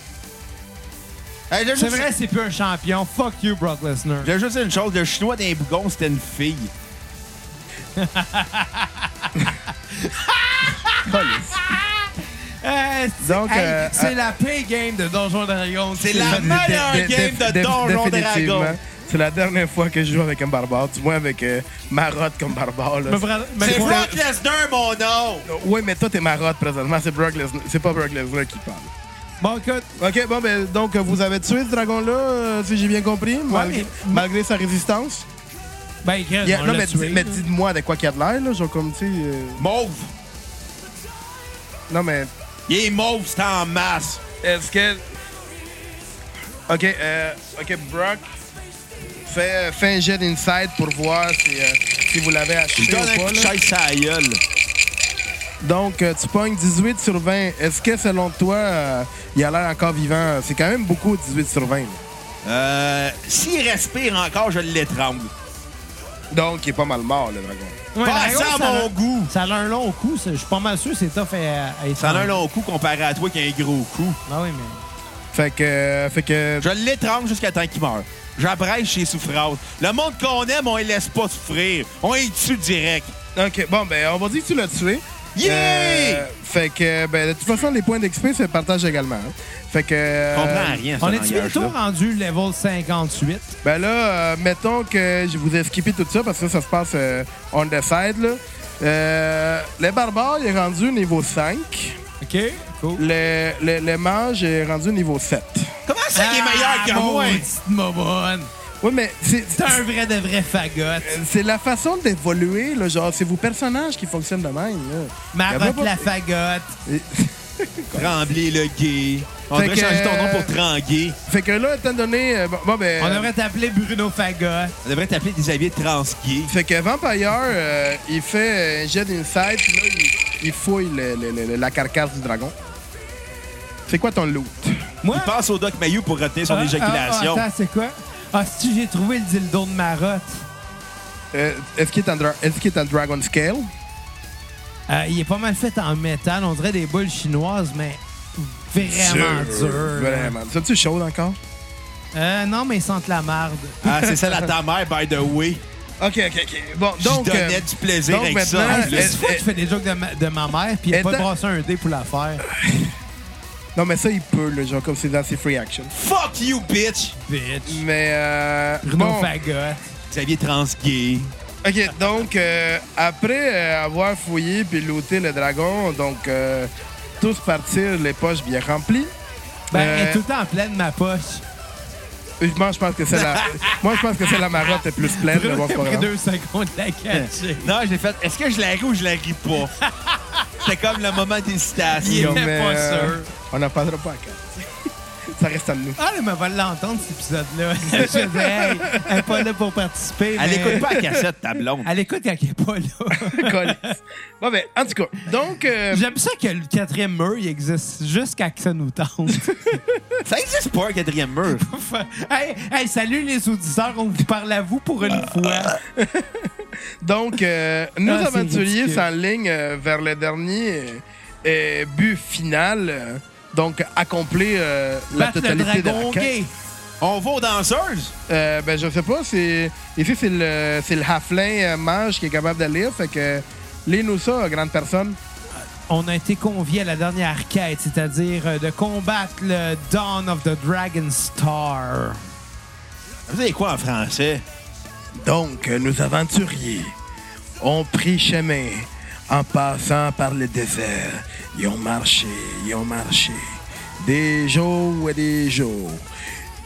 S5: Hey, j'ai
S2: C'est
S5: juste-
S2: vrai, c'est plus un champion. Fuck you, Brock Lesnar.
S5: J'ai juste une chose, le chinois d'un bougon, c'était une fille.
S2: Euh, c'est
S4: Donc,
S2: hey,
S4: euh,
S2: c'est
S4: euh,
S2: la pay game de Donjon Dragon.
S5: C'est la meilleure
S4: Dé- dé-
S5: game
S4: dé-
S5: de
S4: dé-
S5: Donjon
S4: définitivement,
S5: Dragon.
S4: C'est la dernière fois que je joue avec un barbare, du moins avec euh, Marotte comme barbare, là.
S2: Me bra- me
S5: C'est
S2: bra-
S5: Brock Lesnar, mon nom!
S4: Oui, mais toi, t'es Marotte présentement. C'est Brock Lesnar. C'est pas Brock Lesnar qui parle.
S2: Bon, écoute,
S4: OK, bon, ben, donc, vous avez tué ce dragon-là, euh, si j'ai bien compris, malgré,
S2: mais-
S4: malgré sa résistance.
S2: ben, Chris,
S4: Yeah,
S2: on
S4: non,
S2: l'a
S4: mais,
S2: tué,
S4: dis- mais
S2: là.
S4: dites-moi de quoi qu'il y a de l'air, là. Genre, comme, tu sais. euh,
S5: Mauve!
S4: non, mais.
S5: Il est mauve, c'est en masse!
S4: Est-ce que. OK, euh, OK, Brock. Fais, fais un jet d'inside pour voir si, euh, si vous l'avez
S5: Je
S4: acheté
S5: donne
S4: ou
S5: un
S4: pas.
S5: coup de
S4: là.
S5: chaise à la gueule.
S4: Donc, euh, tu pognes 18 sur 20. Est-ce que, selon toi, euh, il a l'air encore vivant? C'est quand même beaucoup, 18 sur 20. là.
S5: Euh, S'il respire encore, je l'étrangle.
S4: Donc, il est pas mal mort, le dragon.
S2: Ouais,
S5: Pas
S2: Dragon,
S5: ça à
S2: a-
S5: mon goût.
S2: Ça a un long coup. ça. Je suis pas mal sûr, c'est tough à, à
S5: Ça en a un long coup comparé à toi qui a un gros coup.
S2: Ah oui, mais.
S4: Fait que, euh, fait que
S5: Je l'étrangle jusqu'à temps qu'il meure. J'abrège ses souffrances. Le monde qu'on aime, on les laisse pas souffrir. On les tue direct.
S4: OK, bon, ben, on va dire que tu l'as tué. Euh,
S5: Yeah!
S4: fait que, ben, de toute façon, les points d'XP se partagent également. hein. Fait que. euh,
S5: On comprend rien, ce
S2: On est-tu
S5: langage-là.
S2: bientôt rendu level 58?
S4: Ben là, euh, mettons que je vous ai skippé tout ça parce que ça, ça se passe euh, on the side, là. Euh, le barbare, il est rendu niveau 5.
S2: OK, cool.
S4: Le, le, le mage est rendu niveau 7.
S5: Comment ça qu'il est
S2: Ah,
S5: meilleur que moi?
S2: moi.
S4: Oui, mais c'est.
S2: T'es un vrai de vrai fagotte.
S4: C'est la façon d'évoluer, là, genre, c'est vos personnages qui fonctionnent de même. Là. Y a
S2: Marotte
S4: pas-
S2: la fagotte.
S5: Trembler le gay. On
S4: Fait
S5: devrait
S4: que-
S5: changer ton nom pour Tranguay.
S4: Fait que là, étant donné. euh, bon, bon, ben,
S2: On devrait t'appeler Bruno Fagotte.
S5: On devrait t'appeler Xavier Transgay.
S4: Fait que Vampire, euh, il fait un jet d'insight, puis là, il, il fouille le- le- le- la carcasse du dragon. C'est quoi ton loot?
S2: Moi,
S5: Il passe au Doc Mayou pour retenir son
S2: Ah,
S5: éjaculation.
S2: ah, ah, attends, c'est quoi? Ah, si j'ai trouvé le dildo de Marotte.
S4: Euh, est-ce qu'il est, en dra- est-ce qu'il est en Dragon Scale?
S2: Euh, il est pas mal fait en métal. On dirait des boules chinoises, mais vraiment dur.
S4: Vraiment. Ça, tu chaud encore?
S2: Euh, non, mais ils sentent la marde.
S5: Ah, c'est ça la ta mère, by the way.
S4: Ok, ok, ok. Bon,
S5: Je
S4: donc.
S5: donnais
S4: euh,
S5: du plaisir
S4: donc
S5: avec ça.
S4: maintenant,
S5: en
S2: Ah,
S5: plus.
S2: c'est fois que tu fais des jokes de ma, de ma mère, puis il a pas
S4: Étant-
S2: brassé un dé pour la faire.
S4: non, mais ça, il peut, le genre, comme c'est dans ses free action.
S5: Fuck you, bitch!
S2: Bitch.
S4: Mais. Euh,
S2: Bruno
S4: bon.
S2: Fagotte.
S5: Xavier Transgay.
S4: Ok, donc, euh, après euh, avoir fouillé puis looté le dragon, donc, euh, tous partir, les poches bien remplies.
S2: Ben,
S4: Euh,
S2: elle est tout le temps en pleine ma poche.
S4: Euh, Moi, je pense que c'est la, moi, je pense que c'est la marotte est plus pleine. Mais bon, c'est
S2: Bruno, t'as
S4: pas
S2: pris
S4: grave.
S2: deux secondes de la cacher.
S5: Non, je l'ai fait. Est-ce que je la ris ou je la ris pas? C'était comme le moment
S2: Il
S5: d'hésitation.
S2: était
S4: mais,
S2: pas
S4: euh,
S2: sûr.
S4: On n'en parlera pas à quatre. Ça reste à nous.
S2: Ah, elle va l'entendre, cet épisode-là. Je sais, hey, elle n'est pas là pour participer.
S5: Elle
S2: mais-
S5: écoute pas la cassette, ta blonde.
S2: Elle écoute quand elle n'est pas là.
S4: Colisse. Bon, ben, en tout cas, donc, euh,
S2: J'aime ça que le quatrième mur, il existe jusqu'à que ça nous tente.
S5: Ça existe pas, un quatrième mur.
S2: hey, hey, salut les auditeurs, on vous parle à vous pour
S4: Euh,
S2: une fois.
S4: donc euh, nos
S2: Ah, c'est
S4: aventuriers
S2: ridicule.
S4: s'enlignent euh, vers le dernier euh, euh, but final. euh, donc, accomplir euh, la
S2: Battre le
S4: totalité de la
S2: dragon
S4: quête.
S2: gay.
S5: On va aux danseuses.
S4: Euh, ben, je sais pas. C'est... Ici, c'est le, c'est le halfling euh, mage qui est capable de lire. Fait que, lis-nous ça, grande personne.
S2: on a été conviés à la dernière quête, c'est-à-dire euh, de combattre le Dawn of the Dragon Star.
S5: Vous savez quoi en français?
S4: Donc, nos aventuriers ont pris chemin en passant par le désert. Ils ont marché, ils ont marché. Des jours et des jours.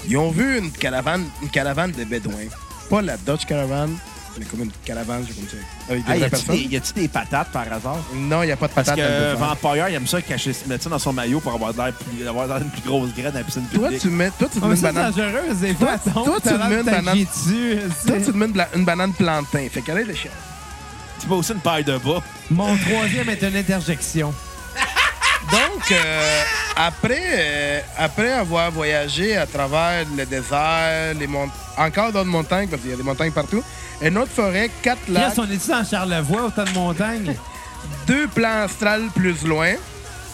S4: Ils ont vu une caravane, une caravane de Bédouins. Pas la Dodge Caravan, mais comme une caravane, je comme ça. Avec des
S5: Hey, y
S4: vraies
S5: a-tu
S4: personnes.
S5: des, y a-tu des patates par hasard?
S4: Non, il n'y a pas de
S5: Parce
S4: patate dans le
S5: que
S4: désert.
S5: Vampire, il aime ça cacher mettre ça dans son maillot pour avoir de l'air plus, avoir l'air d'une plus grosse graine à la piscine
S4: Toi,
S5: publique.
S4: tu mets, toi, tu te mets
S2: Oh, mais
S4: une
S2: ça, c'est
S4: banane.
S2: dangereux, c'est
S4: Toi,
S2: pas ton.
S4: toi, tu
S2: t'as l'air
S4: mets une
S2: de
S4: banane-
S2: t'agir dessus, c'est-
S4: Toi, tu te mets une, bla- une banane plantain. Fait qu'elle est le chien.
S5: Tu mets aussi une paille de bas.
S2: Mon troisième est une interjection.
S4: Donc, euh, après, euh, après avoir voyagé à travers le désert, les mont- encore d'autres montagnes, parce qu'il y a des montagnes partout, une autre forêt, quatre
S2: Là,
S4: lacs,
S2: on est-tu dans Charlevoix, autant de montagnes?
S4: deux plans astrales plus loin,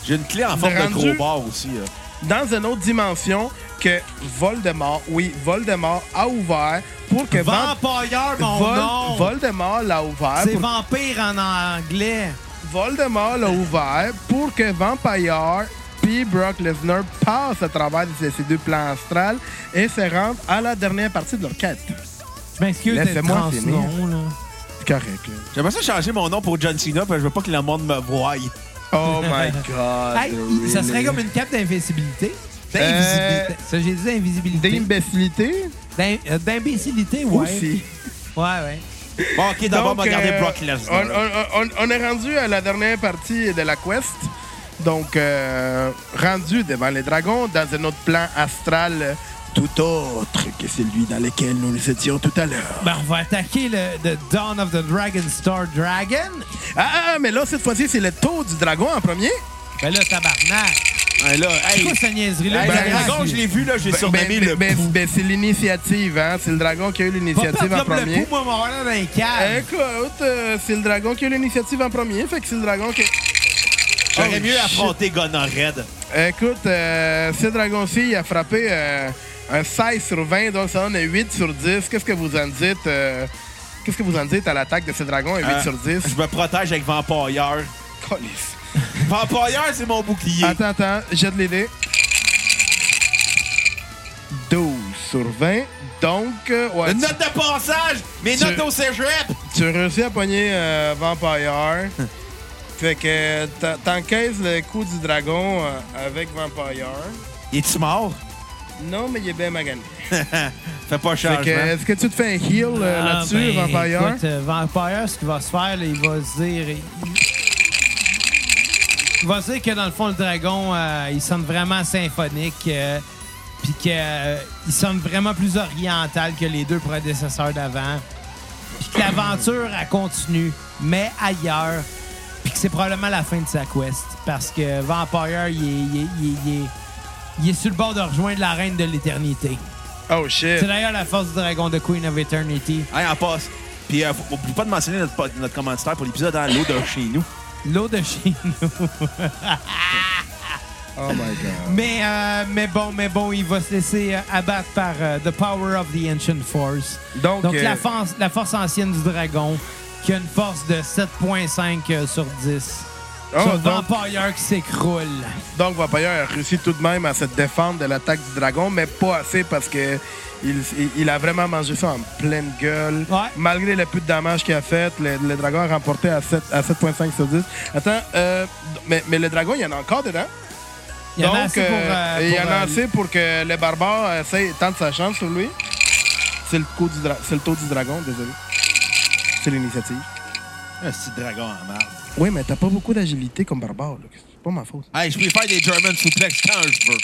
S5: J'ai une clé en forme de gros
S4: Rendu-
S5: bar aussi. là.
S4: dans une autre dimension que Voldemort, oui, Voldemort a ouvert pour que... Vamp-
S2: Vampire, mon
S4: Vol-
S2: nom!
S4: Voldemort l'a ouvert
S2: c'est
S4: pour
S2: vampire en anglais.
S4: Voldemort l'a ouvert pour que Vampire puis Brock Lesnar passent à travers ces ces deux plans astrales et se rendent à la dernière partie de leur quête.
S2: Je m'excuse d'être
S4: Laissez-moi
S2: trans
S4: finir.
S2: non, là.
S4: C'est correct, là.
S5: J'aimerais ça changer mon nom pour John Cena parce que je veux pas que le monde me voie.
S4: Oh my God.
S2: Hey, il- ça serait
S4: really?
S2: comme une cape d'invincibilité.
S4: Euh,
S2: D'invisibilité. Ça, j'ai dit d'invisibilité.
S4: D'imbécilité
S2: D'im- euh, D'imbécilité, ouais.
S4: aussi.
S2: Ouais, ouais.
S5: Bon, ok, d'abord, on
S4: Donc,
S5: va regarder
S4: euh,
S5: Brock
S4: on,
S5: Lesnar.
S4: on- on- on est rendu à la dernière partie de la quest. Donc, euh, rendu devant les dragons dans un autre plan astral tout autre que celui dans lequel nous nous étions tout à l'heure.
S2: Ben, on va attaquer le the Dawn of the Dragon Star Dragon.
S4: Ah, ah, ah, mais là, cette fois-ci, c'est le taux du dragon en premier.
S2: Ben là, tabarnak.
S5: Hey, Hein, là,
S2: C'est
S5: hey,
S2: quoi cette niaiserie-là?
S5: hey,
S2: Ben,
S5: le dragon,
S2: ben,
S5: je l'ai vu, là, j'ai
S4: Ben,
S5: surnommé
S4: ben,
S5: le
S4: ben,
S5: pou.
S4: ben, c'est l'initiative, hein. C'est le dragon qui a eu
S2: Va
S4: l'initiative
S2: perdre
S4: en
S2: l'homme le
S4: premier.
S2: pouls, moi, on va avoir l'air d'un
S5: Ah.
S2: cave.
S4: Écoute, euh, c'est le dragon qui a eu l'initiative en premier, fait que c'est le dragon qui.
S5: J'aurais
S4: Oh,
S5: mieux
S4: shit.
S5: affronté Gonorred.
S4: Écoute, euh, ce dragon-ci, il a frappé euh, un 16 sur 20, donc ça en est 8 sur 10. Qu'est-ce que vous en dites euh, Qu'est-ce que vous en dites à l'attaque de ce dragon, un 8
S5: Euh,
S4: sur 10
S5: Je me protège avec Vampire.
S4: Colisse.
S5: Vampire, c'est mon bouclier.
S4: Attends, attends, jette les dés. 12 sur 20. Donc, euh, ouais,
S5: Une
S4: tu,
S5: note de passage! Mes
S4: Tu-
S5: notes au cégep!
S4: tu réussis à pogner euh, Vampire. fait que t'en- t'encaisses le coup du dragon euh, avec Vampire.
S5: Es-tu mort?
S4: Non, mais il est bien magané.
S5: Fais pas
S4: Fait
S5: changement.
S4: que, est-ce que tu te fais un heal euh,
S2: Ah,
S4: là-dessus,
S2: ben,
S4: Vampire?
S2: Écoute, euh, Vampire, ce qu'il va se faire, là, il va se dire. Il... il va se dire que dans le fond, le dragon, euh, il sonne vraiment symphonique. euh, Puis qu'il sonne vraiment plus oriental que les deux prédécesseurs d'avant. Puis que l'aventure, elle continue, mais ailleurs. Puis que c'est probablement la fin de sa quest. Parce que Vampire, il est, il est- il est- il est- il est sur le bord de rejoindre la reine de l'éternité.
S4: Oh shit.
S2: C'est d'ailleurs la force du dragon de Queen of Eternity.
S5: Allez, on passe. Puis, euh, faut- oublie pas de mentionner notre, pod- notre commanditaire pour l'épisode dans l'eau de chez nous.
S2: L'eau de chez nous.
S4: Oh my god.
S2: Mais, euh, mais bon, mais bon, il va se laisser euh, abattre par euh, The Power of the Ancient Force.
S4: Donc,
S2: Donc,
S4: euh,
S2: la, force, la force ancienne du dragon, qui a une force de 7,5 euh, sur 10.
S4: Oh,
S2: sur
S4: donc,
S2: Vampire qui s'écroule.
S4: donc Vampire a réussi tout de même à se défendre de l'attaque du dragon, mais pas assez parce que il, il- il a vraiment mangé ça en pleine gueule.
S2: Ouais.
S4: Malgré le peu de dommages qu'il a fait, le, le dragon a remporté à, 7 à 7,5 sur 10. Attends, euh, mais, mais le dragon, il y en a encore dedans.
S2: Il y en
S4: Donc,
S2: a assez pour.
S4: euh,
S2: euh,
S4: il y
S2: pour,
S4: en a
S2: euh,
S4: assez pour que le barbare essaye, tente sa chance sur lui. C'est le, coup du dra- c'est le taux du dragon, désolé. C'est l'initiative.
S5: Un petit dragon en marde.
S4: Oui, mais t'as pas beaucoup d'agilité comme barbare. là. C'est pas ma faute.
S5: Hey, je peux faire des German suplex quand je veux.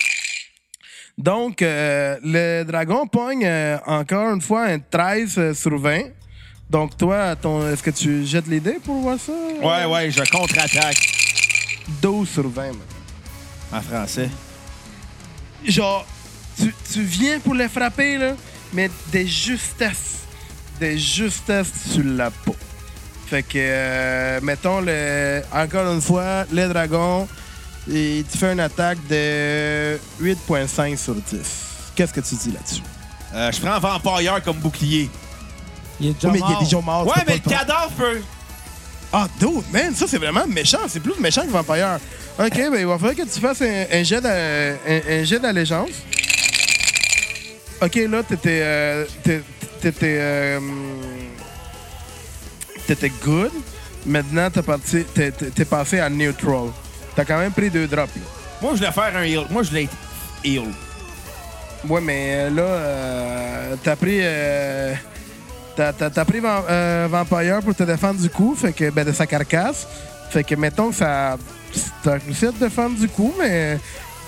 S4: Donc, euh, le dragon pogne euh, encore une fois un 13 euh, sur 20. Donc, toi, ton, est-ce que tu jettes les dés pour voir ça?
S5: Ouais, ouais, je contre-attaque
S4: 12 sur 20. man.
S5: en français.
S4: Genre, tu, tu viens pour le frapper, là, mais des justesses. Des justesses sur la peau. Fait que, euh, mettons, le, encore une fois, le dragon, il te fait une attaque de 8,5 sur 10. Qu'est-ce que tu dis là-dessus?
S5: Euh, je prends Vampire comme bouclier.
S2: il est déjà
S4: Oui, Oh, mais il est
S2: mort.
S4: déjà mort.
S5: Ouais,
S4: tu peux
S5: mais
S4: pas
S5: le
S4: prendre.
S5: cadavre peut.
S4: Ah, dude, man, ça, c'est vraiment méchant. C'est plus méchant que Vampire. OK, ben, il va falloir que tu fasses un, un jet d'a- un- un jet d'allégeance. OK, là, t'étais... euh, t'é- t'étais... euh, t'étais good. Maintenant, t'es parti- t'es- t'es- t'es passé à neutral. T'as quand même pris deux drops, là.
S5: Moi, je voulais faire un heal. Moi, je voulais être heal.
S4: Ouais, mais euh, là, euh, t'as pris. euh, t'as, t'as- t'as pris Vam- euh, Vampire pour te défendre du coup, fait que, ben, de sa carcasse. Fait que, mettons que ça. T'as réussi à te défendre du coup, mais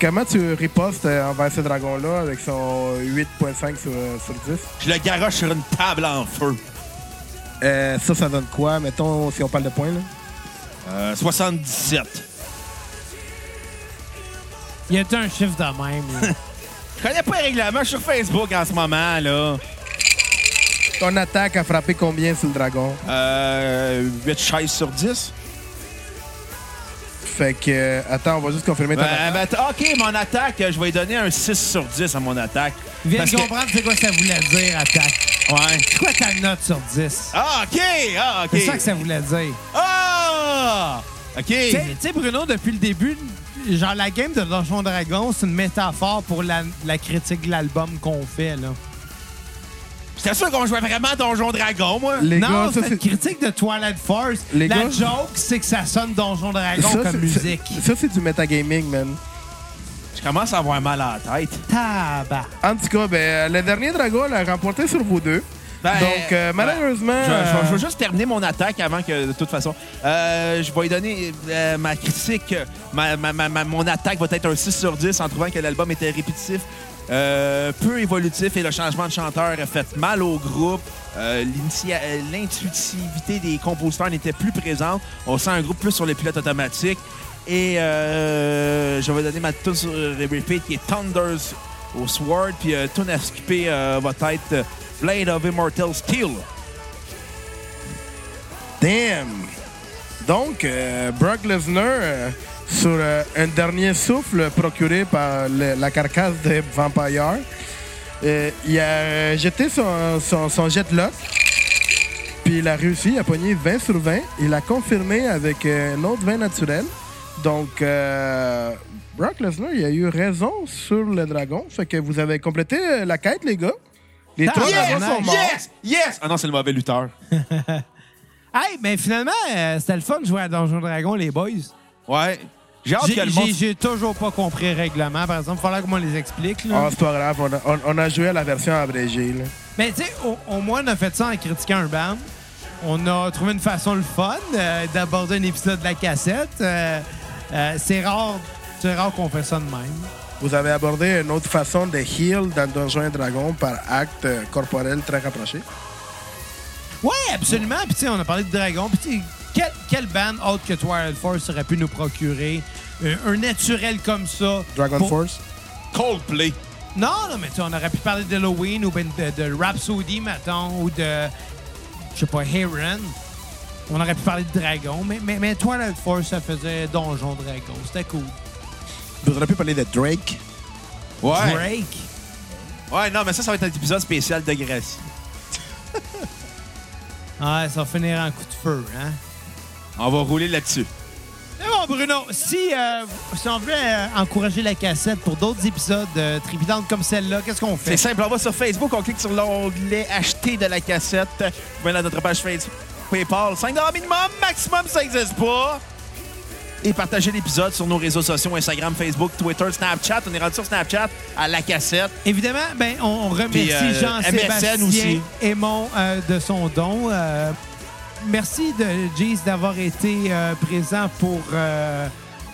S4: comment tu ripostes euh, envers ce dragon-là avec son 8.5 sur, euh, sur 10
S5: Je le garoche sur une table en feu.
S4: Euh, Ça, ça donne quoi, mettons, si on parle de points, là
S5: Euh, 77.
S2: Il y a un chiffre de même. là.
S5: Je connais pas les règlements. Je suis sur Facebook en ce moment, là.
S4: Ton attaque a frappé combien sur le dragon
S5: Euh, 8 chaises sur 10.
S4: Fait que. euh, attends, on va juste confirmer ton
S5: Ben,
S4: attaque.
S5: ben, t- OK, mon attaque, euh, je vais lui donner un 6 sur 10 à mon attaque.
S2: Viens
S5: Parce
S2: de
S5: que-
S2: comprendre c'est quoi ça voulait dire, attaque.
S5: Ouais.
S2: C'est quoi ta note sur 10?
S5: Ah, OK! Ah, OK.
S2: C'est ça que ça voulait dire.
S5: Ah! OK.
S2: Tu sais- tu sais, Bruno, depuis le début, genre la game de Donjon Dragon, c'est une métaphore pour la, la critique de l'album qu'on fait. Là.
S5: J'étais sûr qu'on jouait vraiment à Donjon Dragon, moi.
S4: Les
S2: non,
S4: gars, ça,
S2: c'est une
S4: c'est-
S2: critique de Twilight Force.
S4: Les
S2: la
S4: gars-
S2: joke, c'est que ça sonne Donjon Dragon
S4: ça,
S2: comme
S4: c'est-
S2: musique.
S4: ça, c'est du metagaming, man.
S5: Je commence à avoir mal à la tête.
S2: Tabac.
S4: En tout cas, ben, le dernier dragon l'a remporté sur vous deux.
S5: Ben,
S4: Donc, euh,
S5: ben,
S4: malheureusement.
S5: Je, je- je
S4: euh,
S5: veux juste terminer mon attaque avant que, de toute façon, Euh, je vais lui donner euh, ma critique. euh, Ma, ma- ma- ma- mon attaque va être un 6 sur 10 en trouvant que l'album était répétitif, euh, peu évolutif et le changement de chanteur a fait mal au groupe. Euh, l'initia- euh, L'intuitivité des compositeurs n'était plus présente. On sent un groupe plus sur les pilotes automatiques. Et euh, je vais donner ma tune sur repeat qui est Thunders au Sword. Puis euh, tune à skipper euh, va être euh, Blade of Immortal Steel.
S4: Damn! Donc, euh, Brock Lesnar, euh, sur euh, un dernier souffle procuré par le- la carcasse de Vampire, euh, il a euh, jeté son, son, son jet lock. Puis il a réussi, il a pogné 20 sur 20. Il a confirmé avec euh, un autre vin naturel. Donc, euh, Brock Lesnar, il a eu raison sur le dragon. Fait que vous avez complété euh, la quête, les gars. Les trois
S2: Yes!
S4: dragons sont morts.
S5: Yes! Yes! Ah non, c'est le mauvais lutteur.
S2: Hey, mais finalement, euh, c'était le fun de jouer à Donjon Dragon, les boys.
S5: Ouais. J'ai
S4: Ah,
S5: hâte
S2: J'ai-
S5: que le monde.
S2: J'ai j'ai toujours pas compris le règlement, par exemple. Il falloir que moi les explique. Là.
S4: Ah, c'est pas grave, on a, on- on a joué à la version abrégée. Là.
S2: Mais tu sais, au, au moins, on a fait ça en critiquant un band. On a trouvé une façon le fun euh, d'aborder un épisode de la cassette. Euh, euh, c'est rare, c'est rare qu'on fait ça de même.
S4: Vous avez abordé une autre façon de heal dans Donjons et Dragons par acte euh, corporel très rapproché.
S2: Ouais, absolument. Puis tu sais, on a parlé de Dragon. Puis tu sais, quel, quelle band autre que Twilight Force aurait pu nous procurer un, un naturel comme ça?
S4: Dragon
S2: pour-
S4: Force.
S5: Coldplay.
S2: Non, non, mais tu sais, on aurait pu parler d'Halloween ou ben de, de Rhapsody, mettons, ou de, je sais pas, Heron. On aurait pu parler de Dragon, mais, mais, mais Twilight Force, ça faisait Donjon Dragon. C'était cool.
S4: Vous auriez pu parler de Drake.
S5: Ouais.
S2: Drake.
S5: Ouais, non, mais ça, ça va être un épisode spécial de Grèce.
S2: Ah, ça va finir en coup de feu, hein?
S5: On va rouler là-dessus.
S2: Mais bon, Bruno, si, euh, si on veut euh, encourager la cassette pour d'autres épisodes euh, trépidantes comme celle-là, qu'est-ce qu'on
S5: C'est
S2: fait?
S5: simple, on va sur Facebook, on clique sur l'onglet Acheter de la cassette. Vous venez à notre page Facebook. PayPal, 5 minimum, maximum, ça n'existe pas. Et partagez l'épisode sur nos réseaux sociaux Instagram, Facebook, Twitter, Snapchat. On est rendu sur Snapchat à la cassette.
S2: Évidemment, ben, on, on remercie
S5: Puis, euh, MSN
S2: Jean-Sébastien
S5: aussi.
S2: Aymon euh, de son don. Euh, merci de Jeez d'avoir été euh, présent pour, euh,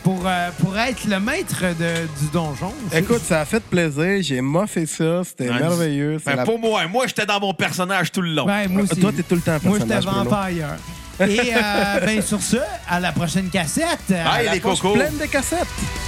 S2: pour, euh, pour être le maître de- du donjon.
S4: Écoute, ça a fait plaisir. J'ai moffé ça. C'était
S5: Ouais.
S4: merveilleux. C'est
S5: Ben,
S4: la-
S5: Pour moi, moi, j'étais dans mon personnage tout le long.
S2: Ouais, Ben, moi aussi.
S4: Toi, t'es tout le temps un
S2: Moi, j'étais
S4: personnage, Bruno.
S2: vampire. Et euh, ben, sur ce, à la prochaine cassette. À
S5: Bye,
S2: la
S5: les
S4: Poche
S5: cocos.
S4: pleine de cassettes.
S3: Oh,